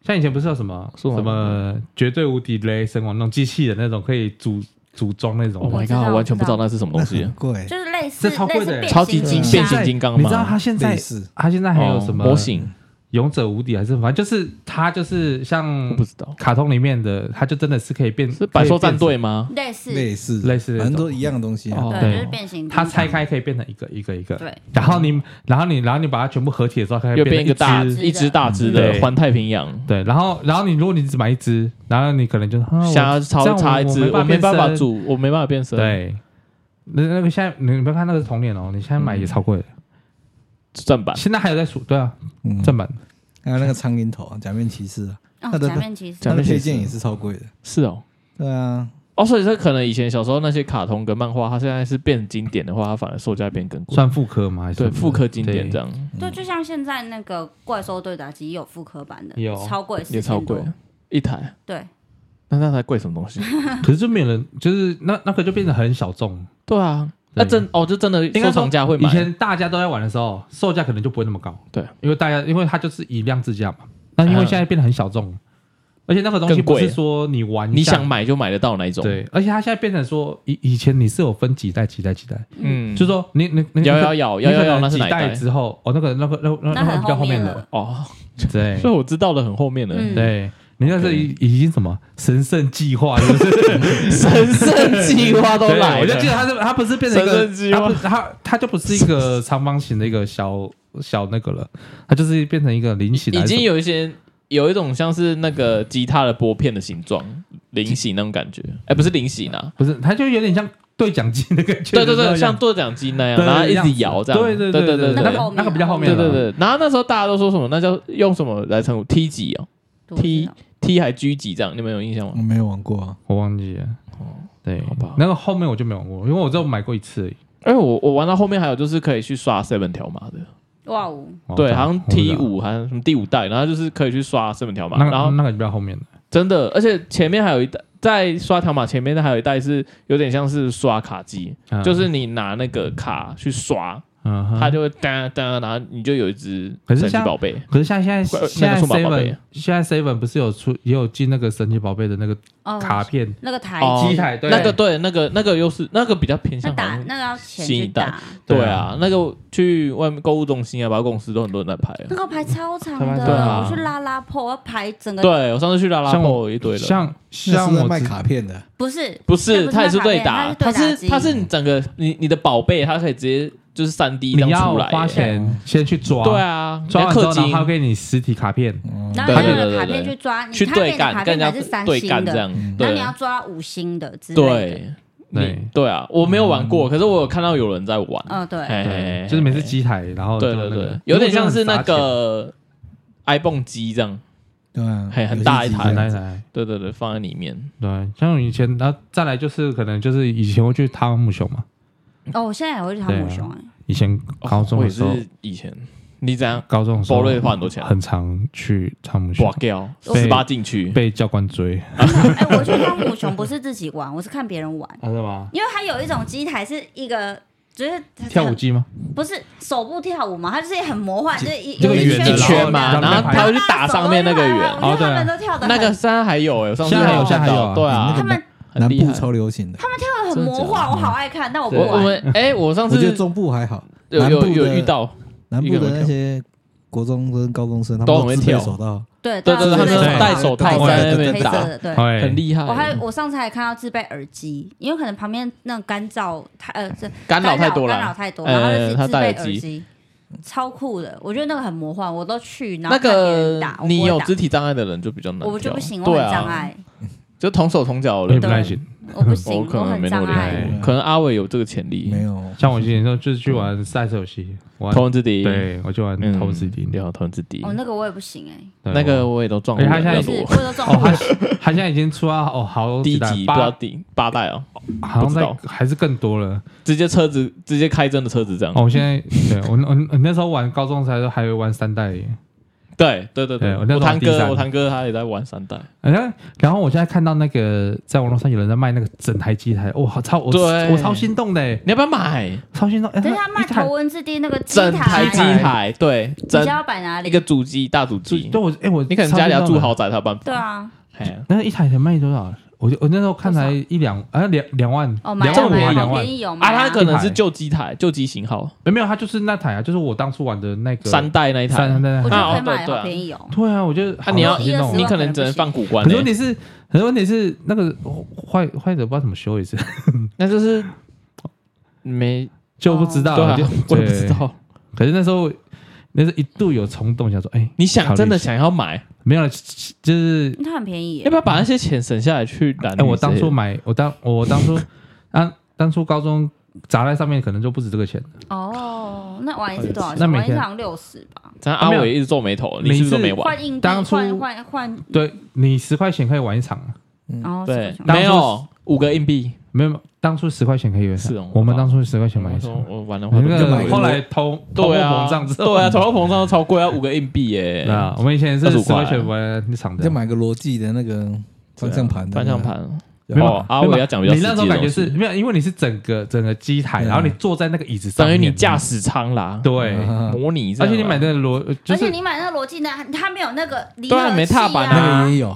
C: 像以前不是有什么
A: 是吗
C: 什么绝对无敌雷神王那种机器人那种可以组组装那种
A: ，Oh
C: 的，
B: 我
A: my
B: 知道
A: god，完全
B: 我知道
A: 不知道那是什么东
D: 那
A: 西啊
D: 很， (laughs) 贵，
B: 就是类似
C: 这超贵
B: 类
C: 的
B: 似变
A: 超级
B: 金
A: 金
D: 对啊
A: 变
B: 刚
A: 形金刚吗？
C: 你知道他现在
D: 类似
C: 他现在还有什么
A: 哦模型？
C: 勇者无敌还是反正就是他就是
A: 我
C: 像
A: 不知道，
C: 卡通里面的，他就真的是可以变
A: 是百兽战
C: 可以变
A: 队吗？
B: 类似，
D: 类似
C: 类似那种
D: 反正都一样的东西啊。
A: 哦
B: 对，
C: 对
B: 就是变形金
C: 它
B: 刚。
C: 拆开可以变成一个一个一个，
B: 对，
C: 然后你然后你然后你把它全部合体的时候，它可以
A: 又变一个
C: 成
A: 大
C: 只嗯
B: 只
A: 一只大只的
C: 对
A: 环太平洋，
C: 对，然后然后你如果你只买一只，然后你可能就啊我
A: 想要
C: 这
A: 超
C: 样
A: 差一只，我
C: 我
A: 没办法
C: 变身
A: 组，我没办法变身。，
C: 对。那那个现在你不要看那个是童年哦，你现在买也超贵的，
A: 正嗯版
C: 现在还有在数，对啊，
D: 嗯，
C: 正版
D: 还有那个苍蝇头啊，假面骑士啊，
B: 哦
D: 它，的
B: 假面骑士
A: 假
D: 它的
A: 面骑士
D: 配件也是超贵的。
A: 是哦。
D: 对啊，
A: 哦，所以这可能以前小时候那些卡通跟漫画，它现在是变经典的话，它反而售价变更贵。
C: 算复刻吗？还是
A: 对
C: 什么
A: 复刻经典
C: 对
A: 这样
B: 对，就像现在那个怪兽对打机也有复刻版的，
C: 有
B: 超贵，
A: 也超贵
B: 4000多，
A: 一台。
B: 对，
A: 那那台贵什么东西？
C: 可是就没有人，就是那那个就变得很小众。
A: 对啊，
C: 对
A: 那真哦，就真的
C: 该
A: 收
C: 说
A: 藏家会买
C: 以。前大家都在玩的时候，售价可能就不会那么高。
A: 对，嗯
C: 因为大家因为它就是以量制价嘛。那因为现在变得很小众，而且那个东西
A: 更
C: 不
A: 贵
C: 是说你玩一
A: 你
C: 下
A: 想买就买得到那一种。，
C: 对，而且它现在变成说以以前你是有分几代几代几代，
A: 嗯，
C: 就是说你你你
A: 摇摇摇
C: 你
A: 摇
C: 可能
A: 摇摇，那是
C: 几
A: 哪一
C: 代
A: 代？
C: 之后哦，那个那个那
B: 那
C: 那那个
B: 很
C: 比较
B: 后
C: 后面
B: 面
C: 了
B: 了，。
A: 哦，
C: 对
A: 所以我知道的很后面了。
B: 嗯
C: 对。你那是已已经什么神圣
A: (laughs)
C: 计划，就是
A: 神圣计划都
C: 对
A: 来
C: 我就记
A: 了，
C: 得它是它不是变成一
A: 神圣计
C: 个，
A: 划
C: 它不它它就不是一个长方形的一个小小那个了，它就是变成一个菱形的
A: 已
C: 啊还是什么。
A: 经有一些有一种像是那个吉他的拨片的形状，菱形那种感觉。哎，不是菱形啊，
C: 不是，它就有点像对讲机那个感觉
A: 对
C: 的
A: 对
C: 那样，
A: 对，像跺脚机那样，
C: 对
A: 然后一
C: 样子
A: 直摇这样。
C: 对对
A: 对
C: 对
A: 对
C: 那
A: 对
C: 个那个比较后面
A: 对
C: 了，
A: 对对，然后那时候大家都说什么？那叫用什么来称呼？T 几哦
B: 多
A: ，T
B: 少
A: T 还 G 几这样？你们有印象
D: 我
A: 吗？
D: 没有玩过啊。
C: 我忘记了。对，
A: 好吧
C: 那个后面我就没玩过，因为我只有买过一次而已。
A: 哎，我我玩到后面还有就是可以去刷 seven 条码的，
B: 哇哦，
C: 哦
A: 对，
C: 这样
A: 好像
C: 我不知
A: T
C: 道
A: 五还是什么第五代，然后就是可以去刷 seven 条码，
C: 那个
A: 然后
C: 那个就比较后面的，
A: 真的，而且前面还有一代，在刷条码前面还有一代是有点像是刷卡机，
C: 嗯
A: 就是你拿那个卡去刷，
C: 嗯哼，
A: 它就会哒哒，然后你就有一只
C: 可是
A: 神奇
C: 像
A: 宝贝。
C: 可是像现在
A: 怪
C: 现在
A: 那个数码宝贝啊
C: seven 现在 seven 不是有出也有进那个神奇宝贝的那个
B: 哦，
C: 卡片，
B: 那个台
A: 哦
B: 机
C: 机台对
A: 那个对，那个那个又是那个比较偏
B: 那
A: 向好
B: 打
A: 像
B: 那个要钱
A: 新一
B: 去
A: 代
B: 打，
A: 对
C: 对
A: 啊
C: 啊，
A: 那个去外面购物中心啊，包括公司都很多人在排啊。
B: 那个排超长
C: 台湾
B: 的，
A: 对啊
B: 我去拉拉破，我要排整个，
A: 对我上次去拉拉
C: 像
A: 破一堆人，
C: 像
D: 那
C: 像
D: 是在
C: 我
D: 卖
C: 知
D: 卡片的，
B: 不是
A: 不是
B: 那不是
A: 它也是
B: 拉卡
A: 对
B: 贝
A: 打，它
B: 它是对打
A: 是
B: 机
A: 它是你整个你你的宝贝，它可以直接就是三 D 这样
C: 你要
A: 出来。
C: 花钱先去抓，
A: 对，啊，
C: 抓
A: 你要
C: 完
A: 氪
C: 之后然后
A: 金
C: 他会给你实体卡片，
D: 嗯
B: 然后你
A: 对
B: 用
A: 对对
B: 了卡片
A: 对
B: 去抓，你
A: 去
B: 他给
A: 对
B: 你的
A: 干，
B: 卡
A: 跟
B: 片
A: 人
B: 还
A: 家
B: 是三
A: 对
B: 星
A: 干这
B: 的，
A: 样，
B: 那
A: 对
B: 你要抓五星的之类的，
A: 对
C: 嗯对
A: 你对啊，我没有玩过，可是我有看到有人在玩，
B: 嗯，对，
A: 哎
C: 对，就是每次机台，然后
A: 对
C: 就
A: 对
C: 那个
A: 对，有点像是那个 iPhone 机这样，
D: 对啊，
A: 嘿很大一台
D: 有些
C: 很
D: 机啊
C: 来来。
A: 对对对，放在里面。
C: 对，像以前，然后再来就是可能就是以前会去汤姆熊嘛，
B: 哦，我现在也会去汤姆
A: 啊
B: 熊，哎
C: 以前高中
A: 哦我
C: 的
A: 也
C: 时候，
A: 是以前，你怎样
C: 高中的时候
A: 包瑞花很多钱
C: 很常去汤姆
A: 挂
C: 熊，
A: 掉
C: 对
A: 十八禁区，
C: 被教官追，
B: (laughs)
A: 啊
B: 哎，我去汤姆熊不是自己玩，我是看别人玩，
C: 真的吗？
B: 因为它有一种机台是一个。就是它
C: 跳舞机吗？
B: 不是手部跳舞嘛，它就是很魔幻，就是一
C: 这个
B: 一
C: 圆的
A: 一圈嘛，
C: 然后
A: 然后
C: 然
A: 他
C: 后
A: 会去打上面那个圆，
B: 我觉得
C: 哦对啊
B: 他们都跳的
A: 那个现在还有哎，我上次
C: 现在还有
A: 看
C: 现在还有
A: 到
C: 啊
A: 对
D: 那
A: 啊
D: 个
B: 他，们
A: 很
D: 南
A: 厉
D: 部
A: 害。
D: 超流行的，
B: 他们很魔
A: 真的
B: 幻，我好爱看，但我不
A: 我我
B: 玩。
A: 们哎，我上
D: 我觉
A: 次
D: 得中部还好，
A: 有
D: 南
A: 有
D: 部
A: 有
D: 的
A: 遇到，
D: 南部
A: 一个人
D: 的那些国中生、高中生，他们
A: 都很会
D: 自备
A: 跳
D: 手套，
B: 对
A: 对
B: 啊
A: 对，
B: 我
A: 他们
B: 是
D: 对
A: 戴
B: 手
A: 手
D: 对
A: 套
D: 对
A: 在那
B: 套
A: 边
B: 黑色
A: 打，
B: 的，对。
C: 哎
A: 很厉害。
B: 我还我上次还看到自备耳机，因为可能旁边那个干燥太呃这
A: 干扰太多
B: 干扰
A: 了，
B: 太多，
A: 呃
B: 然后就是
A: 他
B: 自
A: 戴
B: 备
A: 耳机
B: 耳机，超酷的，我觉得那个很魔幻，我都去，然
A: 那
B: 后看别人
A: 个
B: 打，我不
A: 你
B: 会
A: 有
B: 打
A: 肢体障碍的人就比较难跳，
B: 我就不行，我
A: 对
B: 很障
A: 啊，
B: 碍，
A: 就同手同脚
C: 我也
A: 的
C: 不
A: 人，
C: 太行，
B: (laughs) 我哦不行，
A: 我可能没那
B: 很障
A: 么厉
B: 碍。
C: 啊
A: 害，可能阿伟有这个潜力。
D: 没有，
C: 像我以前就就是去玩赛车游戏，玩
A: 头文字 D，，
C: 对，我就玩
A: 嗯，
C: 投掷钉。
A: 对，头文字 D，
B: 哦，那个我也不行哎、
C: 对
A: 那
B: (laughs)
A: 个我也都撞
C: 哎
A: 过，
C: 他现在
A: 比
B: 欸，
A: 较
B: 是
A: 多
B: 我都中
C: 哦，
B: 过
C: 他，他现在已经出到哦，好
A: 第
C: 几
A: 一
C: 代
A: 集不知道
C: 八，
A: 第八代哦，
C: 好像
A: 不知
C: 在
A: 道
C: 还是更多了。
A: 直接车子直接开真的车子这样。
C: 哦，我现在对我我我那时候玩高中才都还会玩三代耶，
A: 对对对
C: 对我那时候
A: 我堂
C: 第三
A: 哥我堂哥他也在玩三代，
C: 哎然后然后我现在看到那个在网络上有人在卖那个整台机台，哇，好超我
A: 对
C: 我超心动的耶，
A: 你要不要买？
C: 超心动。哎
B: 可是他卖
C: 一台
B: 头文字 D 那个机
A: 整台机
B: 台，啊
A: 台，对，
B: 你
A: 整
B: 知道摆哪
A: 一
B: 里？
A: 个主机大主
C: 就
A: 机，
C: 对我哎我
A: 你可能家里要住
C: 好。
A: 豪宅才有办法。
B: 对啊，
A: 嘿啊，
C: 那一台才卖多少？我就我那时候看才一两啊两两万，
B: 哦，买
C: 两
B: 了
C: 万
B: 买了，
C: 五还两
B: 好
C: 万
B: 便，宜有买
A: 啊，他可能
C: 一
A: 是
C: 台
A: 旧机台，旧机型号，
C: 没没有，它就是那台啊，就是我当初玩的那个
A: 三代那一台
C: 三。三
B: 我
C: 三
B: 觉
A: 那哦
B: 得可以
C: 台。
A: 对
B: 买，
A: 对啊
B: 好便宜哦。
C: 对啊，我就
A: 啊，你要
C: 好心动
B: 一
A: 你
B: 二
C: 哦。
A: 可能只能放古关
C: 可是问
A: 欸，
C: 题是，可是问题是那个坏坏的不知道怎么修也是， (laughs)
A: 那就是没
C: 就不知道
A: 对
C: 了，
A: 啊
C: 就，
A: 我也不知。道。
C: 对可是那时候那时候一度有冲动，想说哎，
A: 你
C: 考
A: 想
C: 虑
A: 真的
C: 一下
A: 想要买，
C: 没有了，就是
B: 它很便宜
A: 要
B: 耶，
A: 不要把那些钱省下来去男女
C: 哎，我
A: 之类
C: 当初
A: 的
C: 买，我当我当初 (laughs) 啊，当初高中砸在上面可能就不止这个钱。
B: 哦，那玩一次多少
C: 那
B: 钱？
C: 每
B: 玩一
C: 天
B: 次好像六十吧，
A: 咱阿
C: 啊没有
A: 伟一直皱眉头，你是不是都没玩？
B: 换硬币，
C: 当初
B: 换换换，哦
C: 对你十块钱可以玩一场啊，
B: 然后
A: 对，
B: 什么
C: 当初
A: 没有五个硬币。
C: 没有，当初十块钱可以玩一场
A: 是哦
C: 我们当初十块钱买一
A: 我
C: 场
A: 说，我玩的话
C: 那
A: 都
D: 就买
C: 个
D: 一个
C: 后来通通货
A: 对啊，
C: 膨胀之后，
A: 对啊，通货膨胀
C: (laughs)
A: 都超贵，要五个硬币耶。
C: 对啊，我们以前是
A: 25
C: 十
A: 块
C: 块钱玩一场
D: 再
C: 的，
D: 买个罗技的那个方向盘的那
A: 方向
D: 个，
A: 盘。
D: 对
A: 哦，阿伟要讲比较
C: 你
A: 实
C: 那时
A: 际
C: 候
A: 的
C: 感觉
A: 东
C: 是
A: 西，
C: 没有，因为你是整个整个机台，
D: 对啊
C: 然后你坐在那个椅子上
A: 等于
C: 面，
A: 你驾驶舱啦，
C: 对，
D: 啊
A: 模拟这
C: 而
A: 样啦。
C: 且你买那个螺，就
B: 而且
C: 是
B: 你买那个逻辑呢，它没有那个离
A: 对啊
B: 合
A: 没
B: 器
A: 踏板啊
D: 那个也有，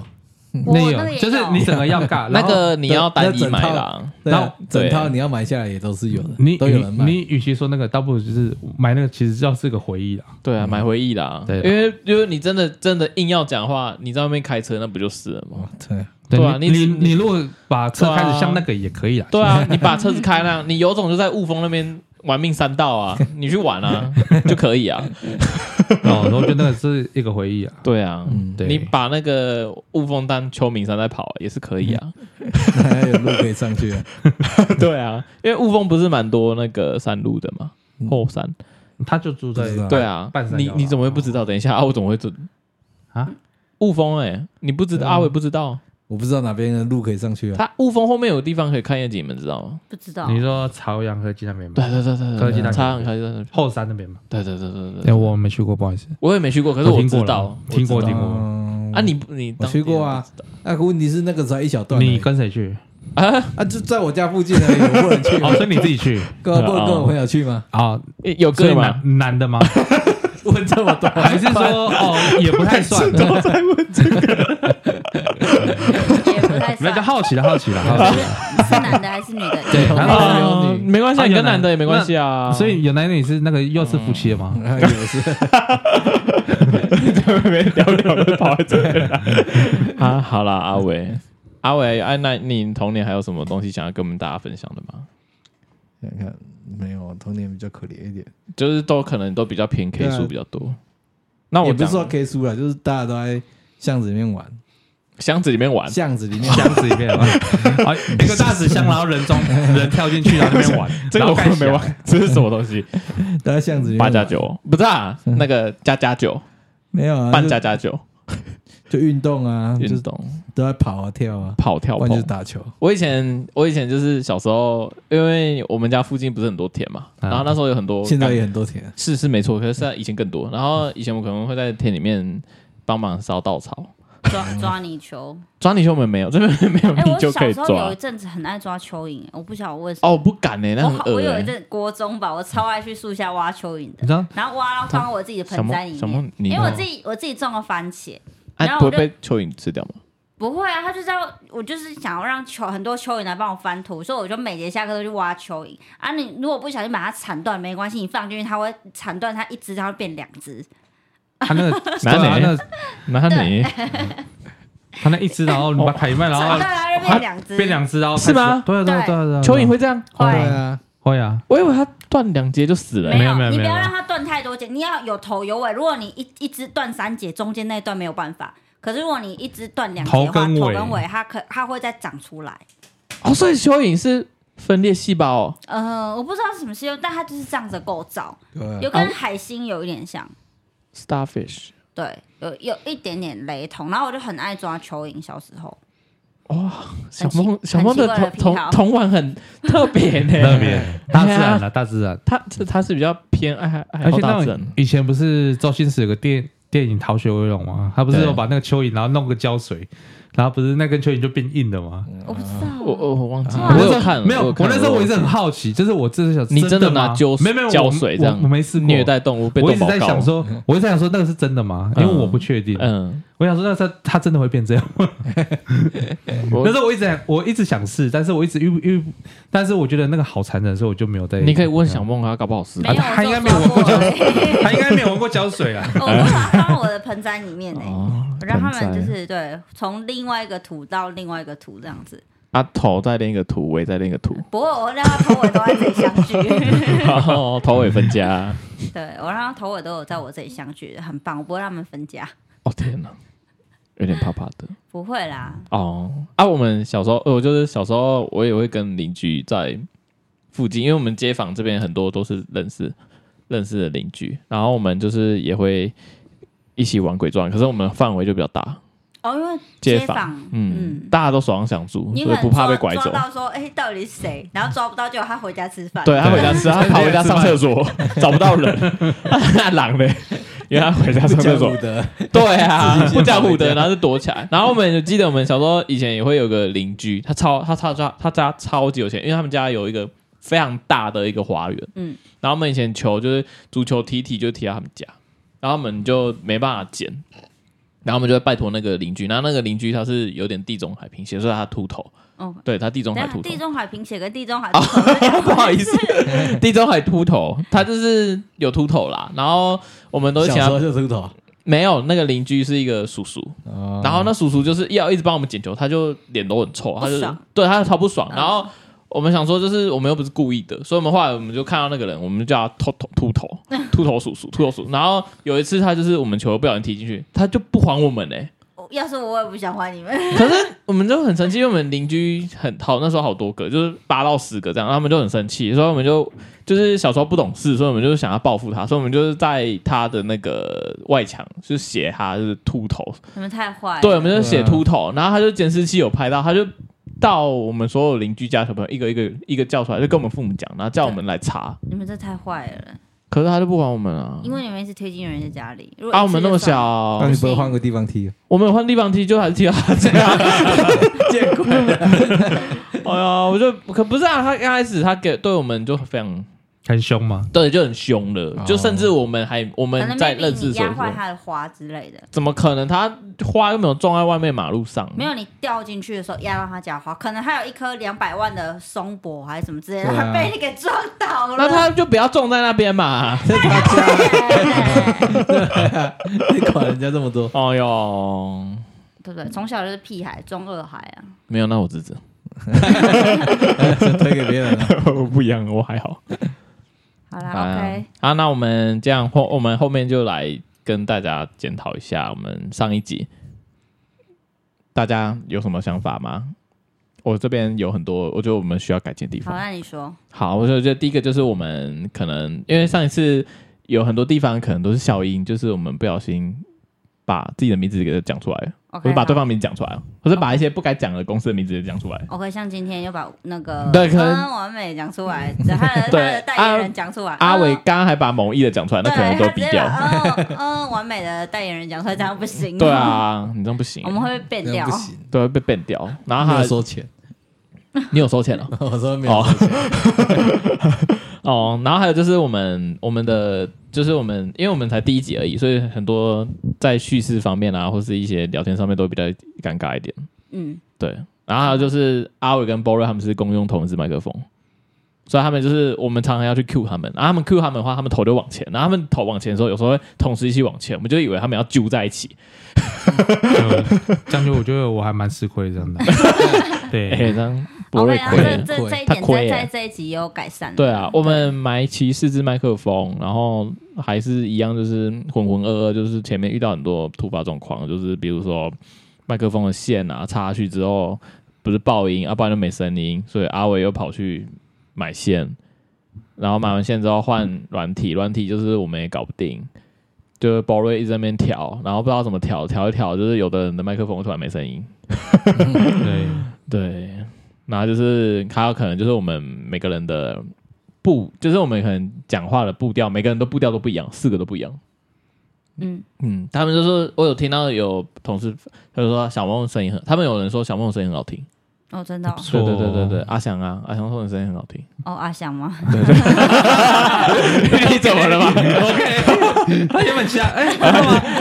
B: 我那个
C: 有，
B: 也
C: 就是
B: 有
C: 你整个要尬，
A: (laughs) 那
C: 然后
A: 个你要单一买
D: 那整
A: 啦，
D: 对啊
C: 然后
D: 整套
A: 对
D: 你要买下来也都是有的，
C: 你
D: 都有人
C: 你
D: 买。
C: 你与其说那个，倒不如就是买那个，其实要是个回忆啦。
A: 对啊，买回忆啦。
C: 嗯对
A: 因为因为你真的真的硬要讲的话，你在外面开车那不就是了吗？
D: 哦对，
A: 对啊
C: 你
A: 你
C: 你你如果把车开
A: 对
C: 始
A: 啊
C: 像那个也可以啦，
A: 对啊，你把车子开那样，你有种就在雾峰那边玩命三道
C: (laughs)
A: 啊，你去玩啊就可以啊。
C: 哦，然后就那个是一个回忆啊。
A: 对啊，
D: 嗯，
C: 对
A: 你把那个雾峰当秋名山在跑也是可以啊。
D: (laughs) 还有路可以上去啊，
C: 嗯
A: 对啊，因为雾峰不是蛮多那个山路的嘛，
D: 嗯
A: 后山。
C: 他就住在
D: 不知道
A: 对啊
C: 半，山
A: 你
C: 腰
A: 你
C: 啦
A: 怎么会不知道？等一下啊，我怎么会知
C: 啊？
A: 雾峰哎，你不知道，阿伟不知道，
D: 我不知道哪边的路可以上去啊。
A: 他雾峰后面有地方可以看夜景，你们知道吗？
B: 不知道
C: 你说朝阳科技那边吗？
A: 对对对对，
C: 科技大
A: 大
C: 学
A: 差很开心。
C: 后山那边嘛。
A: 对对对对
C: 哎、
A: 对，
C: 我没去过，不好意思。
A: 我也没去过，可是
C: 我
A: 我
C: 听过
A: 知
C: 了
A: 道，
C: 听过
A: 我知道
C: 听过
D: 嗯
A: 啊，你你
D: 我去过啊，那个问题是那个才一小段而已，
C: 你跟谁去？
D: 啊就在我家附近而已，我不能去
C: (laughs) 哦，
D: 啊，
C: 所以你自
A: (laughs)
C: 己去
D: 跟不能跟我朋友去
C: (laughs)
D: 吗？
C: 啊？哦
A: 诶有
C: 所以
A: 歌吗？
C: 男男的
A: (laughs)
C: 吗？
D: 问这 (laughs) 么多，
C: 还是说哦，也
A: (laughs)
C: 不太算？
B: 也不太
C: (laughs) 没
B: 算
C: 有，就，好奇了，好奇了，
A: (laughs)
C: 好奇了。
B: 是男的还是女
C: (laughs)
B: 的？
D: 对
C: 然后
D: 还
A: 啊
D: 有女，
A: 没关系，
C: 啊
A: 啊，你跟
C: 有男
A: 男的也没关系啊。嗯
D: (laughs)
C: 所以有男女是那个又是夫妻的吗？
D: 还有是
A: 没聊聊就跑到这边来 (laughs) 啊，好啦，阿伟，阿伟，哎，那你童年还有什么东西想要跟我们大家分享的吗？
D: 看看没有，童年比较可怜一点，
A: 就是都可能都比较偏 K
D: 对啊
A: 数比较多。那我
D: 也不
A: 讲
D: 是说 K 书了，就是大家都在巷子里面玩，
A: 箱子里面玩，
D: 巷子里面
C: 箱子里面
A: (laughs)
C: 吗？啊，一个大纸箱，然后人中人跳进去，然后那边玩，
A: (laughs) 这个
C: 然后啊
A: 我
C: 盖起
A: 没
C: 来。
A: 玩，这是什么东
D: (laughs)
A: 西？
D: 都在巷子里面
A: 八
D: 玩
A: 加九不是啊，
D: 嗯
A: 那个加加九，
D: 没有啊，
A: 半
D: 就
A: 加加九，
D: 就运动啊，就
A: 运
D: 是
A: 动
D: 都在跑啊跳啊，
A: 跑跳
D: 不然
A: 碰
D: 就是。打球。
A: 我以前我以前就是小时候，因为我们家附近不是很多田嘛，
C: 啊
A: 然后那时候有很多
D: 现在
A: 干
D: 也嗯很多田，
A: 是是没错，可是现在以前更多。然后以前我可能会在田里面帮忙烧稻草，
B: 抓抓泥鳅。
A: 抓泥鳅我们没有，这边没 (laughs) 有
B: 哎，
A: 泥
B: 我
A: 鳅可
B: 小
A: 以
B: 时候有
A: 抓
B: 一。阵子很爱抓蚯蚓，我不晓得为什么。
A: 哦，我不敢呢，那
B: 我
A: 很
B: 好，
A: 恶
B: 我有一
A: 欸。
B: 阵国中吧，我超爱去树下挖蚯蚓
C: 你
B: 的，
C: 知道？
B: 然后挖到放到我自己的
A: 小
B: 盆
A: 梦
B: 栽里
A: 小
B: 面，
A: 梦，你啊
B: 因为我自己我自己种了番茄，
A: 哎
B: 然后
A: 不
B: 我
A: 会
B: 就
A: 被蚯蚓吃掉吗？
B: 不会啊，他就是要我就是想要让蚯很多蚯蚓来帮我翻土，所以我就每节下课都去挖蚯蚓啊。你如果不小心把它铲断没关系，你放进去它会铲断它一只，它会变两只。
C: 他那个，
A: 哪
C: 对啊
A: 里
C: 那个
A: 那
D: (laughs)
A: 你
C: 他那一只，然后你把它砍一
A: 哦
C: 半，然
B: 铲
C: 后
B: 断它就变两只，
C: 变两只，然后
A: 是吗
C: 对啊对啊对啊对啊，
A: 蚯蚓会这样？
B: 会
D: 对啊，
C: 会啊，
A: 我以为它断两节就死了欸。
C: 没有没有
B: 你不
C: 没有
B: 要让它断太多节，你要有头有尾。如果你一一只断三节，中间那一段没有办法。可是如果你一只断两节的话，
C: 头跟尾
B: 头跟尾它可它会再长出来。
A: 哦，所以蚯蚓是分裂细胞哦。
B: 呃，我不知道是什么细胞，但它就是这样子的构造，
D: 对
B: 有
D: 啊，
B: 跟海星有一点像，
A: Starfish
B: 对，有有一点点雷同。然后我就很爱抓蚯蚓，小时候。
A: 小梦小梦的
B: 很奇怪的
A: 童
B: 癖好 (laughs)
A: 童童玩很 (laughs) 特别呢，
C: 那边大自
A: 啊
C: 然了，啊大自然。
A: 他这他是比较偏爱爱
C: 而
A: 好
C: 且
A: 哦大
C: 那
A: 自
C: 种
A: 然，
C: 以前不是周星驰有个电电影《逃学威龙》吗？他不是
A: 对
C: 有把那个蚯蚓，然后弄个胶水，然后不是那根蚯蚓就变硬的吗？
B: 我不知道，
C: 哦
A: 我我我忘记了，
B: 啊
A: 我有看了，
C: 没有，我
A: 看
C: 那
A: 了
C: 时候我一直很好奇，就是我真的想，
A: 你真
C: 的
A: 的拿
C: 吗
A: 胶
C: 没有没有
A: 胶
C: 我
A: 水
C: 我
A: 这样
C: 我没试过
A: 虐待动物被
C: 我
A: 动
C: 一直
A: 物
C: 在想说，我一直在想说那个是真的吗？因为我不确定。
A: 嗯，
C: 我想说那它它真的会变这样吗？
A: 我
C: 但是我一直很我一直想试，但是我一直遇遇，但是我觉得那个好残忍，所以我就没有在。
A: 你可以问小梦啊，搞不好是
B: 没有，
C: 他
B: 我只
C: 应该
B: 有
C: 没有
B: 抓过而已。
C: 他应该没有闻过胶水啊。 (laughs)
B: (laughs) 我都把它放到我的盆栽里面呢、欸
A: 哦
B: 我让他们就
A: 盆栽
B: 是对，从另外一个土到另外一个土这样子。
E: 啊，头在另一个图，尾在另一个图，
B: 不过我让它头尾都在这里相聚，
A: (laughs) 哦，头尾分家，
B: 对我让它头尾都有在我这里相聚，很棒。我不会让他们分家，
A: 哦天哪，有点怕怕的。
B: 不会啦。
A: 哦，啊，我们小时候，呃我就是小时候，我也会跟邻居在附近，因为我们街坊这边很多都是认识认识的邻居，然后我们就是也会一起玩鬼撞，可是我们范围就比较大，
B: 哦，因为
A: 街
B: 坊，
A: 坊嗯，
B: 嗯，
A: 大家都手上想住，
B: 你
A: 所以
B: 可
A: 不
B: 能
A: 怕
B: 抓
A: 被拐
B: 抓
A: 走。
B: 到说，哎、到底是谁？然后抓不到，就他回家吃饭。
A: 对啊他回家吃，他跑回家上厕所，找不到人， (laughs) 那狼嘞，因为他回家上厕所
D: 不，得，
A: (laughs) 对
D: (laughs)
A: 啊，不讲武
D: 回
A: 德，
D: 家
A: 然后就躲起来。然后我们记得我们小时候以前也会有个邻居，他超他超他他家超级有钱，因为他们家有一个非常大的一个花园，嗯
B: 嗯，
A: 然后我们以前球就是足球踢一踢就踢到他们家，然后我们就没办法捡，然后我们就会拜托那个邻居，然后那个邻居他是有点地中海贫血，所以他秃头，
B: 哦，
A: 对他地中
B: 等
A: 海
B: 下
A: 秃头
B: 地，中海贫血跟地中海秃头是两回事，
A: (laughs) 不好意思，地中海秃头，他就是有秃头啦。然后我们都
D: 小
A: 请
D: 时
A: 他
D: 候就秃头，哦
A: 没有那个邻居是一个叔叔，
D: 然
A: 然后那叔叔就是要一直帮我们捡球，他就脸都很臭，他就
B: 不爽
A: 对他超不爽。
B: 嗯
A: 然后我们想说，就是我们又不是故意的，所以我们后来我们就看到那个人，我们就叫他秃头秃
B: (laughs)
A: 头秃头叔叔秃头叔。然后有一次他就是我们球不小心踢进去，他就不还我们嘞、
B: 我要是我也不想还
A: (laughs)
B: 你们。
A: 可是我们就很生气，因为我们邻居很好，那时候好多个，就是八到十个这样，他们就很生气，所以我们就就是小时候不懂事，所以我们就想要报复他，所以我们就是在他的那个外墙就写他就是秃头，
B: 你们太坏了，
A: 对，我们就写秃头，然后他就监视器有拍到，他就到我们所有邻居家小朋友一个一个一个叫出来，就跟我们父母讲，然后叫我们来查，
B: 你们这太坏了，
A: 可是他就不管我们啊，
B: 嗯因为你们一直推进人家家里。如果
A: 啊，
B: 一
A: 我
B: 次
A: 们
B: 就
A: 那么
B: 算了，
A: 小
D: 那，你不会换个地
A: (laughs)
D: 方踢？
A: 我们有换地方踢，就还是踢到他
B: (laughs)
A: 家。
D: 见鬼！
A: 哎呀，我就可不是啊，他刚开始他给对我们就非常
C: 很凶吗？
A: 对就很凶了，
D: 哦
A: 就甚至我们还我
B: 可
A: 们
B: 能
A: 在
B: maybe
A: 认识
B: 你
A: 的时
B: 压
A: 候
B: 坏他的花之类的。
A: 怎么可能？他花又没有撞在外面马路上，
B: 没有，你掉进去的时候压到他家花，可能还有一颗两百万的松柏还是什么之类的，
D: 对啊
B: 他被你给撞倒了。
A: 那他就不要撞在那边嘛。
B: 对
D: 你管人家这么多，
A: (laughs) 哎呦，
B: 对不对？从小就是屁孩，中二孩啊。
A: 没有，那我侄子
D: 是推给别人啊了。
A: (laughs) 不一样，我还好。
B: 好啦、o k
A: 好，那我们这样后我们后面就来跟大家检讨一下我们上一集，大家有什么想法吗？我这边有很多，我觉得我们需要改进的地
B: 好，啊
A: 方。
B: 那你说，
A: 好，我觉得第一个就是我们可能因为上一次有很多地方可能都是消音，就是我们不小心把自己的名字给讲出来了
B: OK，
A: 或者把对
B: 好
A: 方名字讲出来了，或者把一些不该讲的公司的名字也讲出来了。
B: OK，像今天又把那个
A: 对可能
B: 嗯完美讲
A: (laughs)
B: 出来，然后他的他
A: 对
B: 的代言人讲出来，
A: 阿伟
B: 嗯
A: 刚刚还把某一的讲出来，那
B: 对，
A: 可能都逼掉。
B: 他直接把嗯嗯完美的代言人讲出来，这样不行。
A: 对，啊，你这样不行
B: (laughs) 我，们会被变
D: 这
B: 掉
D: 样不。行，
A: 都会被变掉。然后
D: 没
A: 他
D: 有收钱。
A: 你有收钱哦了、
D: 我说没有收钱，
A: 哦， (laughs) 然后还有就是我们我们的就是我们，因为我们才第一集而已，所以很多在叙事方面啊，或是一些聊天上面都比较尴尬一点。
B: 嗯，
A: 对，然后还有就是阿伟跟 Bora 他们是共用同一支麦克风，所以他们就是我们常常要去 Q 他们，啊然后他们 Q 他们的话，他们头就往前，然后他们头往前的时候，有时候会同时一起往前，我们就以为他们要揪在一起，
C: 就这样就我觉得我还蛮吃亏这样的。
A: (laughs) 哎、
C: 对，
A: 这样不
B: OK，
A: 会
B: 然
A: 亏。
B: 后这这
D: 亏
B: 这一
A: 他
B: 点
A: 亏
B: 在
A: 耶
B: 在这一集也有改善。
A: 对啊，我们买齐四支麦克风，然后还是一样，就是浑浑噩噩，就是前面遇到很多突发状况，就是比如说麦克风的线啊插下去之后不是爆音，要、不然就没声音，所以阿伟又跑去买线，然后买完线之后换软体，软体就是我们也搞不定，就是宝瑞一直在那边调，然后不知道怎么调，调一调就是有的人的麦克风突然没声音，
C: 对，
A: 对，然后就是还有可能就是我们每个人的步，就是我们可能讲话的步调，每个人都步调都不一样，四个都不一样。
B: 嗯，
A: 嗯，他们就说，我有听到有同事他就说小梦声音很，他们有人说小梦的声音很好听。
B: 哦，真的哦，
A: 对对对对对，阿翔啊，阿翔说你声音很好 (laughs) 听。
B: 哦阿翔吗？
A: 你怎么了嘛？
C: 他原本其他哎，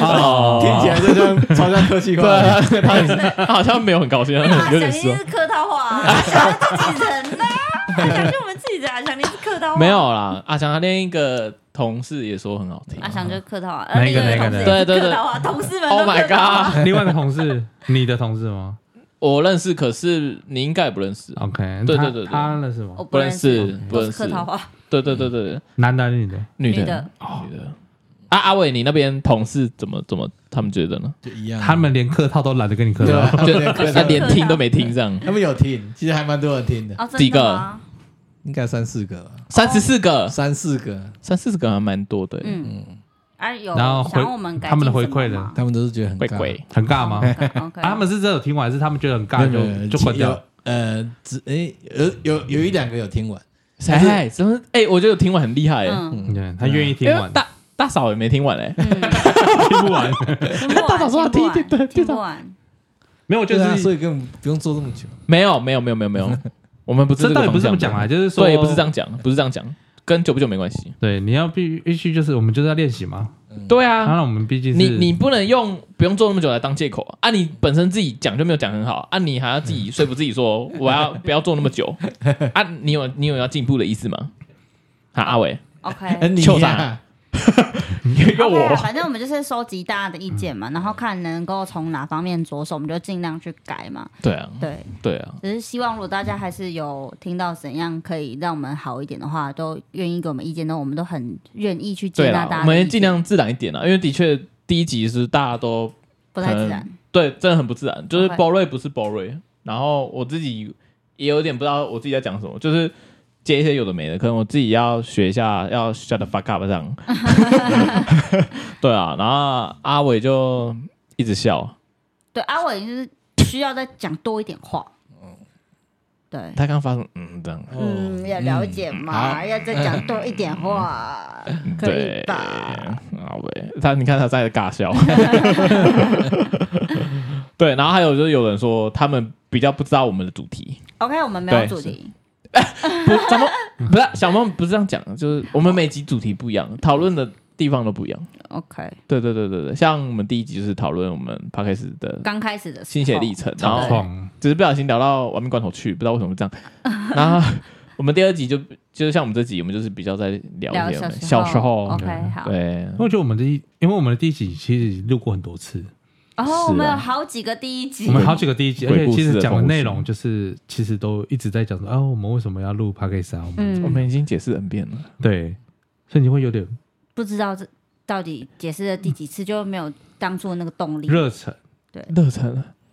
A: 哦，
D: 听起来就像超像科技化
A: (laughs)
D: 的。
A: 对，他很他好像没有很高兴，
B: 阿
A: 他有
B: 翔
A: 点
B: 一定
A: 失
B: 是客套话啊，阿翔是自己
A: (laughs)
B: 人呐，阿翔是我们自己人，阿翔你是客套话，
A: 没有啦，阿翔他另一个同事也说很好听。
B: 阿翔就是啊客套话，
C: 哪一个
B: 呃
C: 哪一个
B: 同事也是
A: 对对对
B: 客套
C: (laughs)
B: 话，同事们
A: Oh
B: 都
A: my
B: 客套话
A: god！
C: 另外一个同事，你的同事吗
A: 我认识，可是你应该也不认识。
C: ？OK，
A: 对
C: 他
A: 对对对
C: 他认识吗
B: 我？
A: 不认识
B: 哦识，
A: 不
B: 都
A: 认
B: 是
A: 识
B: 客套话，
A: 对对对对对，
C: 男的还是女的？
A: 女
B: 女
A: 的
B: 的
A: 女的。啊，阿伟，你那边同事怎么怎么他们觉得呢？
D: 就一样啊。
C: 他们连客套都懒得跟你客
D: 对啊
C: 套，
D: 他
A: 就
D: 们连
A: 他连听都没听，这样
D: 他们有听，其实还蛮多人听的，
B: 哦，真的
A: 几个
B: 吗
D: 应该三四个吧，
A: 三十四个，
D: 三四个，
A: 三四十个还蛮多的欸。
B: 嗯，啊有，
C: 然后回
B: 想要我们改
C: 他们的
B: 进什
C: 回馈
B: 么
C: 了
B: 吗哦
D: 他们都是觉得很
A: 会
D: 尬
A: 鬼，
C: 很尬吗？啊
A: (laughs)
B: ？OK，
C: 他们是真的有听完，还是他们觉得很
D: 没有没有
C: 尬
D: 没
C: 就
D: 有
C: 就关掉
D: 有？呃，只诶有有有一两个有听完，
A: 哎，真的哎，我觉得听完很厉害哎， (laughs)
B: 嗯，
C: 对，他愿意听
A: 因为
C: 完，
A: 大大嫂也没听完哎，
C: 听
A: (laughs)
C: 不完，
B: 听不
A: 大嫂说要
B: 完，听不
A: 听对
B: 完，听不完，
C: 没有，就
D: 对啊，所
C: 是
D: 以根本不用做这么久。
A: 没有没有没有没有没有，我们不是
C: 这到底不是这么
A: 这个
C: 讲
A: 方
C: 啊，
A: 向的
C: 就是说
A: 对，不是这样讲，不是这样讲，跟久不久没关系。
C: 对，你要必必须就是我们就是要练习嘛。
A: 对
C: 当然，
A: 啊，
C: 我们毕竟是
A: 你你不能用不用做那么久来当借口啊！啊你本身自己讲就没有讲很好啊，你还要自己说服自己说我要不要做那么久啊？你有你有要进步的意思吗？啊，阿伟，(laughs)
D: 哎，
B: OK，
D: 你
A: 就
D: 呀，
A: (laughs) 又
B: 对啊
A: 我
B: 反正我们就是收集大家的意见嘛，然后看能够从哪方面着手，我们就尽量去改嘛。
A: 对啊
B: 对，
A: 对啊，
B: 只是希望如果大家还是有听到怎样可以让我们好一点的话，都愿意给我们意见，那我们都很愿意去接
A: 对
B: 纳
A: 啦
B: 大家，
A: 我们也
B: 的意见
A: 尽量自然一点啊啦，因为的确第一集是大家都
B: 不太自然。
A: 对，真的很不自然，就是
B: OK
A: 包瑞不是包瑞，然后我自己也有点不知道我自己在讲什么，就是接一些有的没的，可能我自己要学一下，要 shut the fuck up 这
B: (laughs)
A: 样。对啊，然后阿伟就一直笑，
B: 对，阿伟就是需要再讲多一点话。
A: 嗯
B: 对，
A: 他刚发出嗯这样，
B: 嗯，要了解嘛，要再讲多一
A: (laughs)
B: 点话，可以
A: 对，
B: 吧？
A: 阿伟他你看他在尬
B: (laughs)
A: 笑，对，然后还有就是有人说他们比较不知道我们的主题，
B: OK，我们没有
A: 对
B: 主题，
A: 不，咱们 (laughs) 不是啊小梦不是这样讲的，就是我们每集主题不一样，讨论的地方都不一样。
B: OK，
A: 对对对对对，像我们第一集就是讨论我们 p a c k a s 的
B: 刚开始的时候
A: 心血历程，然
C: 草
A: 后
C: 创，
A: 只是不小心聊到亡命关头去，不知道为什么这样。然后我们第二集就就是像我们这集，我们就是比较在聊
B: 聊
A: 一些我
B: 小
A: 们小时候，
B: OK 好，
A: 对
C: 因为我觉得我们的一，因为我们的第一集其实录过很多次，
B: 然
A: 是啊
B: 后哦我们有好几个第一集
C: 我，们好几个第一集，而
A: 鬼
C: 且
A: 故事
C: 其实讲的
A: 的
C: 内容就是其实都一直在讲说，啊，我们为什么要录 p a c k a g e 啊？我们
A: 我
B: 嗯，
A: 们已经解释 n 遍了。
C: 对，所以你会有点
B: 不知道这到底解释了第几次，就没有当初那个动力。
C: 热忱。
A: 热忱，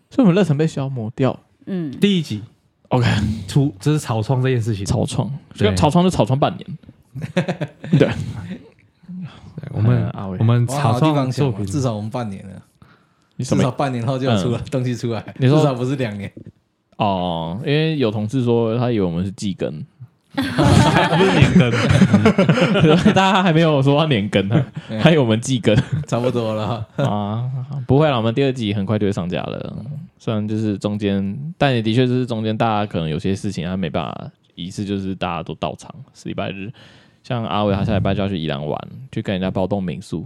A: 所以我们热忱被消磨掉。
B: 嗯，
C: 第一集
A: OK，
C: 出就是草创这件事情，
A: 草创，
C: 对
A: 草创就草创半年。
C: 对我们
A: 嗯阿伟
C: 我们
D: 往好地
C: 草创
D: 方
C: 作
D: 想哦
C: 品
D: 嘛，，至少我们半年了，
A: 你什
D: 至
A: 么
D: 少半年后就要出来东西出来，
A: 你说
D: 至少不是两年。
A: 哦，因为有同事说他以为我们是季更，
C: 不是年更，
A: (laughs) 大家还没有说要年啊更呢，还有我们季更
D: 差不多了，
A: 啊，不会啦，我们第二季很快就会上架了。虽然就是中间，但也的确就是中间大家可能有些事情他没办法一次就是大家都到场，是礼拜日。像阿伟他下礼拜就要去宜兰玩，去跟人家包栋民宿，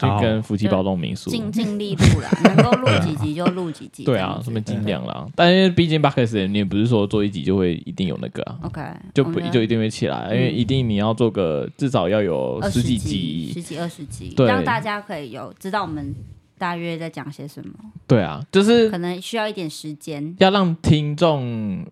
A: 去跟夫妻包栋民宿。
B: 尽尽力录啦，能够录几集就录几集。
A: 对
B: 这
A: 啊
B: 样，子
A: 这么尽量啦。但因为毕竟 b a c k e s 你也不是说做一集就会一定有那个啊，
B: OK，
A: 就
B: 我
A: 不
B: 们的
A: 就一定会起来，因为一定你要做个至少要有
B: 嗯二
A: 哦十
B: 十
A: 几
B: 十
A: 集，
B: 几二十集，
A: 对
B: 让大家可以有知道我们大约在讲些什么，
A: 对啊，就是
B: 可能需要一点时间。
A: 要让听众，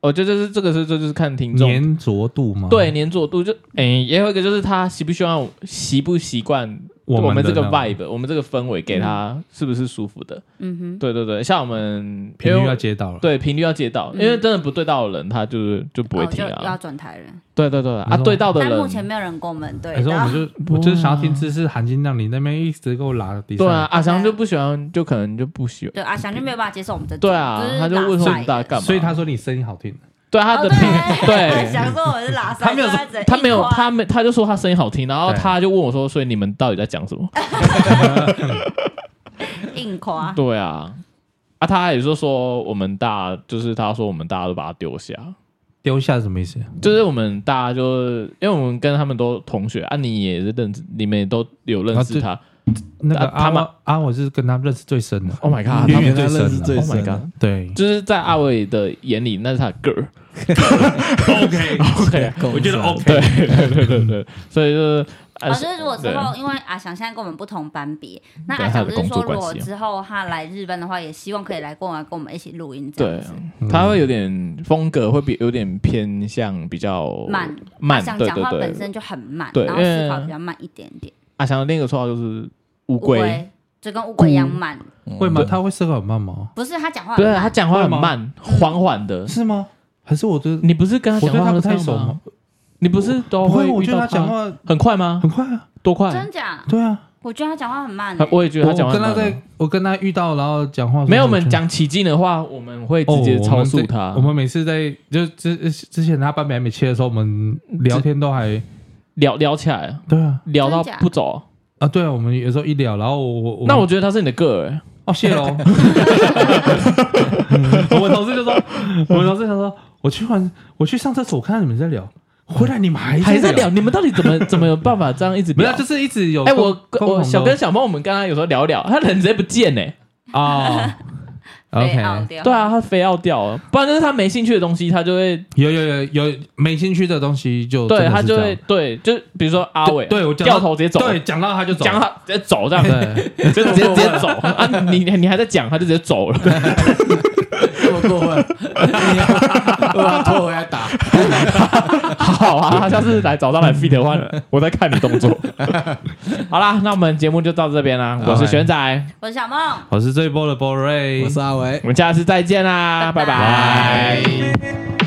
A: 我觉得就是这个是这就是看听众
C: 粘着度吗？
A: 哎对，粘着度，就诶、也有一个就是他习不习惯习不习惯
C: 我
A: 我
C: 们
A: 们
C: 的
A: 这个
C: 那种嗯
A: vibe，我们这个氛围给他是不是舒服的？
B: 嗯哼，
A: 对对对，像我们
C: 频率
A: 因
C: 要
A: 为
C: 接到了，
A: 对频率要接到，因
B: 嗯
A: 为真的不对到的人，他就是就不会
B: 哦
A: 听
B: 就要
A: 啊。
B: 转台了，
A: 对对对啊，
C: 没错
A: 对到的
B: 但目前
A: 人，
B: 没有人跟我们对
C: 可是我
B: 到
C: 们。就我就是想要听知识含金量，你那边一直给我拉低。
A: 啊对啊，，阿翔
B: 对
A: 就不喜欢，就可能就不喜欢。
B: 对阿翔就没有办法接受我们的，
A: 对啊
B: 是，
A: 他就
B: 拉
A: 问说
B: 塞
A: 你到底
B: 的
A: 干嘛？
C: 所以他说你声音好听，
A: 对他
B: 哦
A: 的
B: 对啊
A: 频
B: 对，
A: 对，
B: 想说我是拉塞，
A: 他没有
B: 所
A: 说
B: 以只能
A: 他没有
B: 硬夸
A: 他没他就说他声音好听，然后
C: 对
A: 他就问我说，所以你们到底在讲什么？
B: 啊硬夸，
A: 对啊，啊，他也是说我们大，就是他说我们大家都把他丢下，
C: 丢下是什么意思？
A: 就是我们大家就是因为我们跟他们都同学啊，你也是认识，你们也都有认识他。
C: 那个
A: 啊
C: 阿
A: 他们
C: 我阿我是跟他认识最深的，
A: Oh my god！
C: 因
A: 他
C: 为
A: 们
D: 他认识最
A: Oh my
D: 深
A: god！
D: 的，
C: 对
A: 就是在阿伟的眼里，那是他的 girl。
C: ，OK，
D: (laughs)
A: OK，
D: 我觉得 OK，
A: 对对对对对，所以就是啊
B: 哦，就是如果之
A: 对
B: 后，因为阿翔现在跟我们不同班别，那
A: 对
B: 阿
A: 他有
B: 翔就
A: 工
B: 是说，
A: 作关
B: 如果
A: 系啊
B: 之后他来日本的话，也希望可以来跟我们跟我们一起录音这样
A: 对
B: 子。，
A: 他会有点风格，会比有点偏向比较
B: 慢阿
A: 慢，
B: 翔
A: 对
B: 讲
A: 对
B: 话本
A: 对。
B: 身就很慢，
A: 对
B: 然后思考
A: 因为
B: 比较慢一点点。
A: 阿翔的另一个绰号就是乌
B: 乌
A: 龟，，
B: 就跟乌龟一样慢，
D: 嗯
A: 嗯
C: 会吗？他会思考很慢吗？
B: 不是他讲话很
A: 对啊，他
B: 慢，
A: 讲话很慢，缓缓的。
B: 嗯
C: 是吗？还是我对
A: 你不是跟他
C: 我
A: 讲
C: 对
A: 话
C: 他
A: 都
C: 不
A: 这样
C: 太熟吗？？
A: 你不是都
C: 不会，我
A: 遇
C: 觉得
A: 到
C: 他讲话
A: 很快吗？
C: 很快啊，
A: 多快？
B: 真假？
C: 对啊，
B: 我觉得他讲话很慢
A: 他
B: 欸，
A: 我也觉得他讲
C: 我
A: 话
C: 跟他
A: 很慢啊
C: 在我跟他遇到，然后讲话的时候
A: 没有我们
C: 就
A: 讲起劲的话，我们会
C: 哦
A: 直接超
C: 我
A: 速
C: 们在
A: 他
C: 我。们每次在就之之前他搬北美切的时候，我们聊天都还
A: 聊聊起来，
C: 对啊
A: 聊到
B: 真假
A: 不走。
C: 啊对啊，我们有时候一聊，然后我我
A: 那我觉得他是你的个儿，
C: 哦
A: (laughs)
C: 谢 (laughs) 喽，我们同事就说，我们同事就说，我去换我去上厕所，我看到你们在聊，回来你们还
A: 还在哎
C: 聊
A: 聊，，你们到底怎 (laughs) 么怎么有办法这样一直
C: 没
A: 聊
C: 有？就是一直有
A: 哎，我
C: 共
A: 我
C: 共同的
A: 小跟小猫，我们刚刚有时候聊一聊，他人直接不见呢。
C: 啊
B: 被
C: ，OK，
B: out 掉。
A: 对啊，他非要掉了，不然就是他没兴趣的东西，他就会
C: 有有有有没兴趣的东西就真
A: 对
C: 的是
A: 他就
C: 这
A: 会
C: 样
A: 对，就比如说阿伟，
C: 对我讲到
A: 掉头直接走，
C: 对讲到他就走
A: 讲
C: 了，
A: 他直接走这样，
C: 对。
A: 就直接直接走啊！你你还在讲，他就直接走了。
D: 这么过 (laughs) 分，你要我把他拖回来打，
A: 好啊，他下次来找他来 feed 的话，我再看你动作。好啦，那我们节目就到这边啦。我是玄仔，
B: 我是小梦，
C: 我是这一波的波瑞，
D: 我是阿维
A: 我。们下次再见啦，
B: 拜
A: 拜
B: 拜
A: 拜。